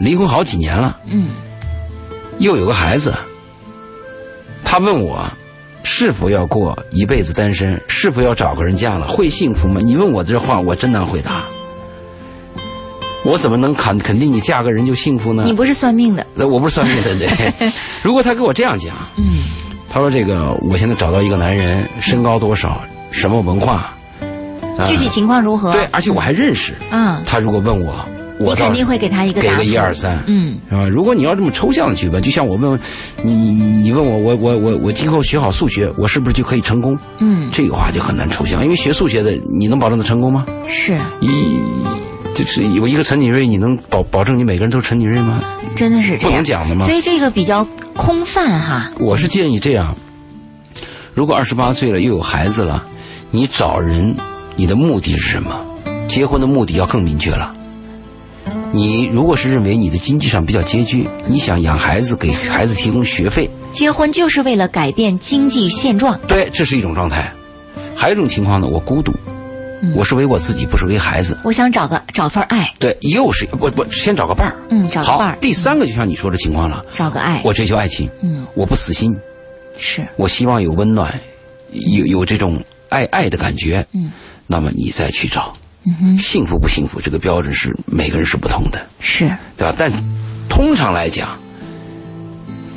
C: 离婚好几年了，
B: 嗯，
C: 又有个孩子，她问我是否要过一辈子单身，是否要找个人嫁了，会幸福吗？你问我这话，我真难回答。我怎么能肯肯定你嫁个人就幸福呢？
B: 你不是算命的，
C: 那我不是算命 的人。如果他给我这样讲，
B: 嗯，
C: 他说这个我现在找到一个男人，身高多少，什么文化，啊
B: 嗯具体情况如何？
C: 对，，而且我还认识。
B: 嗯，
C: 他如果问我，
B: 你
C: 我倒
B: 肯
C: 是
B: 定会给他一个
C: 给
B: 答
C: 个
B: 复
C: 一二三，
B: 嗯，
C: 是吧？如果你要这么抽象的去问，就像我问你，你你你问我，我我我我今后学好数学，我是不是就可以成功？
B: 嗯，
C: 这个话就很难抽象，因为学数学的，你能保证他成功吗？
B: 是，
C: 一就是有一个陈景瑞，你能保保证你每个人都是陈景瑞吗？
B: 真的是这
C: 不
B: 样。
C: 能讲的吗
B: 所？以这个比较空泛哈。
C: 我是建议这样：如果二十八岁了又有孩子了，你找人，你的目的是什么？结婚的目的要更明确了。你如果是认为你的经济上比较拮据，你想养孩子，给孩子提供学费，
B: 结婚就是为了改变经济现状，
C: 对，这是一种状态。还有一种情况呢，我孤独，
B: 嗯
C: 我是为我自己，不是为孩子。
B: 我想找个找份爱，
C: 对，又是不不，先找个伴儿。
B: 嗯，找个伴
C: 好
B: 儿，，
C: 第三个就像你说的情况了，
B: 找个爱，
C: 我追求爱情，
B: 嗯，
C: 我不死心，
B: 是
C: 我希望有温暖，有有这种爱爱的感觉，
B: 嗯，
C: 那么你再去找，
B: 嗯哼，
C: 幸福不幸福，这个标准是每个人是不同的，
B: 是
C: 对吧？但通常来讲，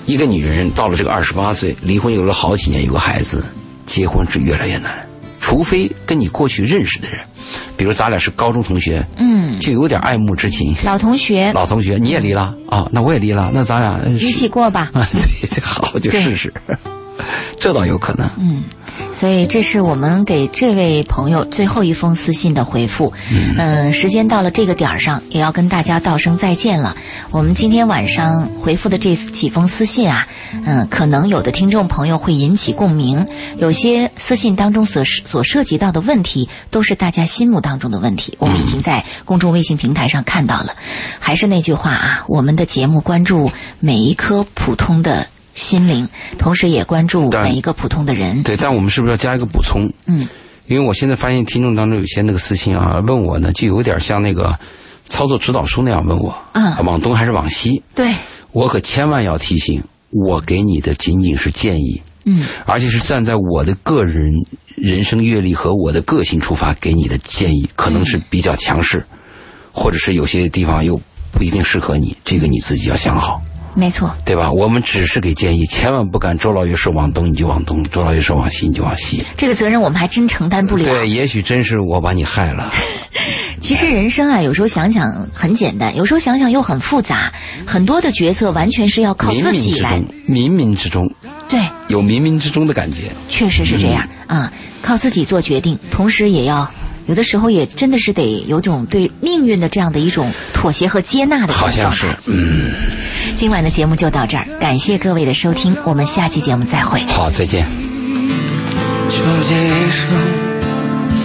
C: 一个女人到了这个二十八岁，离婚有了好几年，有个孩子，结婚是越来越难，除非跟你过去认识的人，比如咱俩是高中同学，
B: 嗯，
C: 就有点爱慕之情。
B: 老同学，
C: 老同学，你也离了啊？那我也离了，那咱俩呃
B: 一
C: 是
B: 起过吧。
C: 啊，对，这好就
B: 对
C: 试试， 这倒有可能。
B: 所以这是我们给这位朋友最后一封私信的回复。嗯、时间到了这个点儿上，也要跟大家道声再见了。我们今天晚上回复的这几封私信啊，嗯、可能有的听众朋友会引起共鸣，有些私信当中所所涉及到的问题，都是大家心目当中的问题，我们已经在公众微信平台上看到了。还是那句话啊，我们的节目关注每一颗普通的。心灵，同时也关注
C: 当然
B: 每一个普通的人。
C: 对，但我们是不是要加一个补充？
B: 嗯，
C: 因为我现在发现听众当中有些那个私信啊，问我呢，就有点像那个操作指导书那样问我，啊
B: 嗯
C: 往东还是往西？
B: 对，
C: 我可千万要提醒，我给你的仅仅是建议，
B: 嗯，
C: 而且是站在我的个人人生阅历和我的个性出发给你的建议，可能是
B: 嗯
C: 比较强势，或者是有些地方又不一定适合你，这个你自己要想好。
B: 没错，
C: 对吧？我们只是给建议，千万不敢周老爷说往东你就往东，周老爷说往西你就往西。
B: 这个责任我们还真承担不了。
C: 对，也许真是我把你害了。
B: 其实人生啊，有时候想想很简单，有时候想想又很复杂，很多的决策完全是要 靠
C: 冥
B: 自
C: 冥
B: 己
C: 之
B: 来
C: 中。，冥冥之中嗯
B: 对，
C: 有冥冥之中的感觉。
B: 确实是这样啊、靠自己做决定，同时也要。有的时候也真的是得有种对命运的这样的一种妥协和接纳的这种
C: 好
B: 状
C: 像
B: 态
C: 是。
B: 今晚的节目就到这儿，感谢各位的收听，我们下期节目再会。
C: 好，再见。
A: 纠结一生，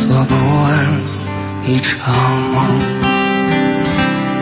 A: 做不完一场梦。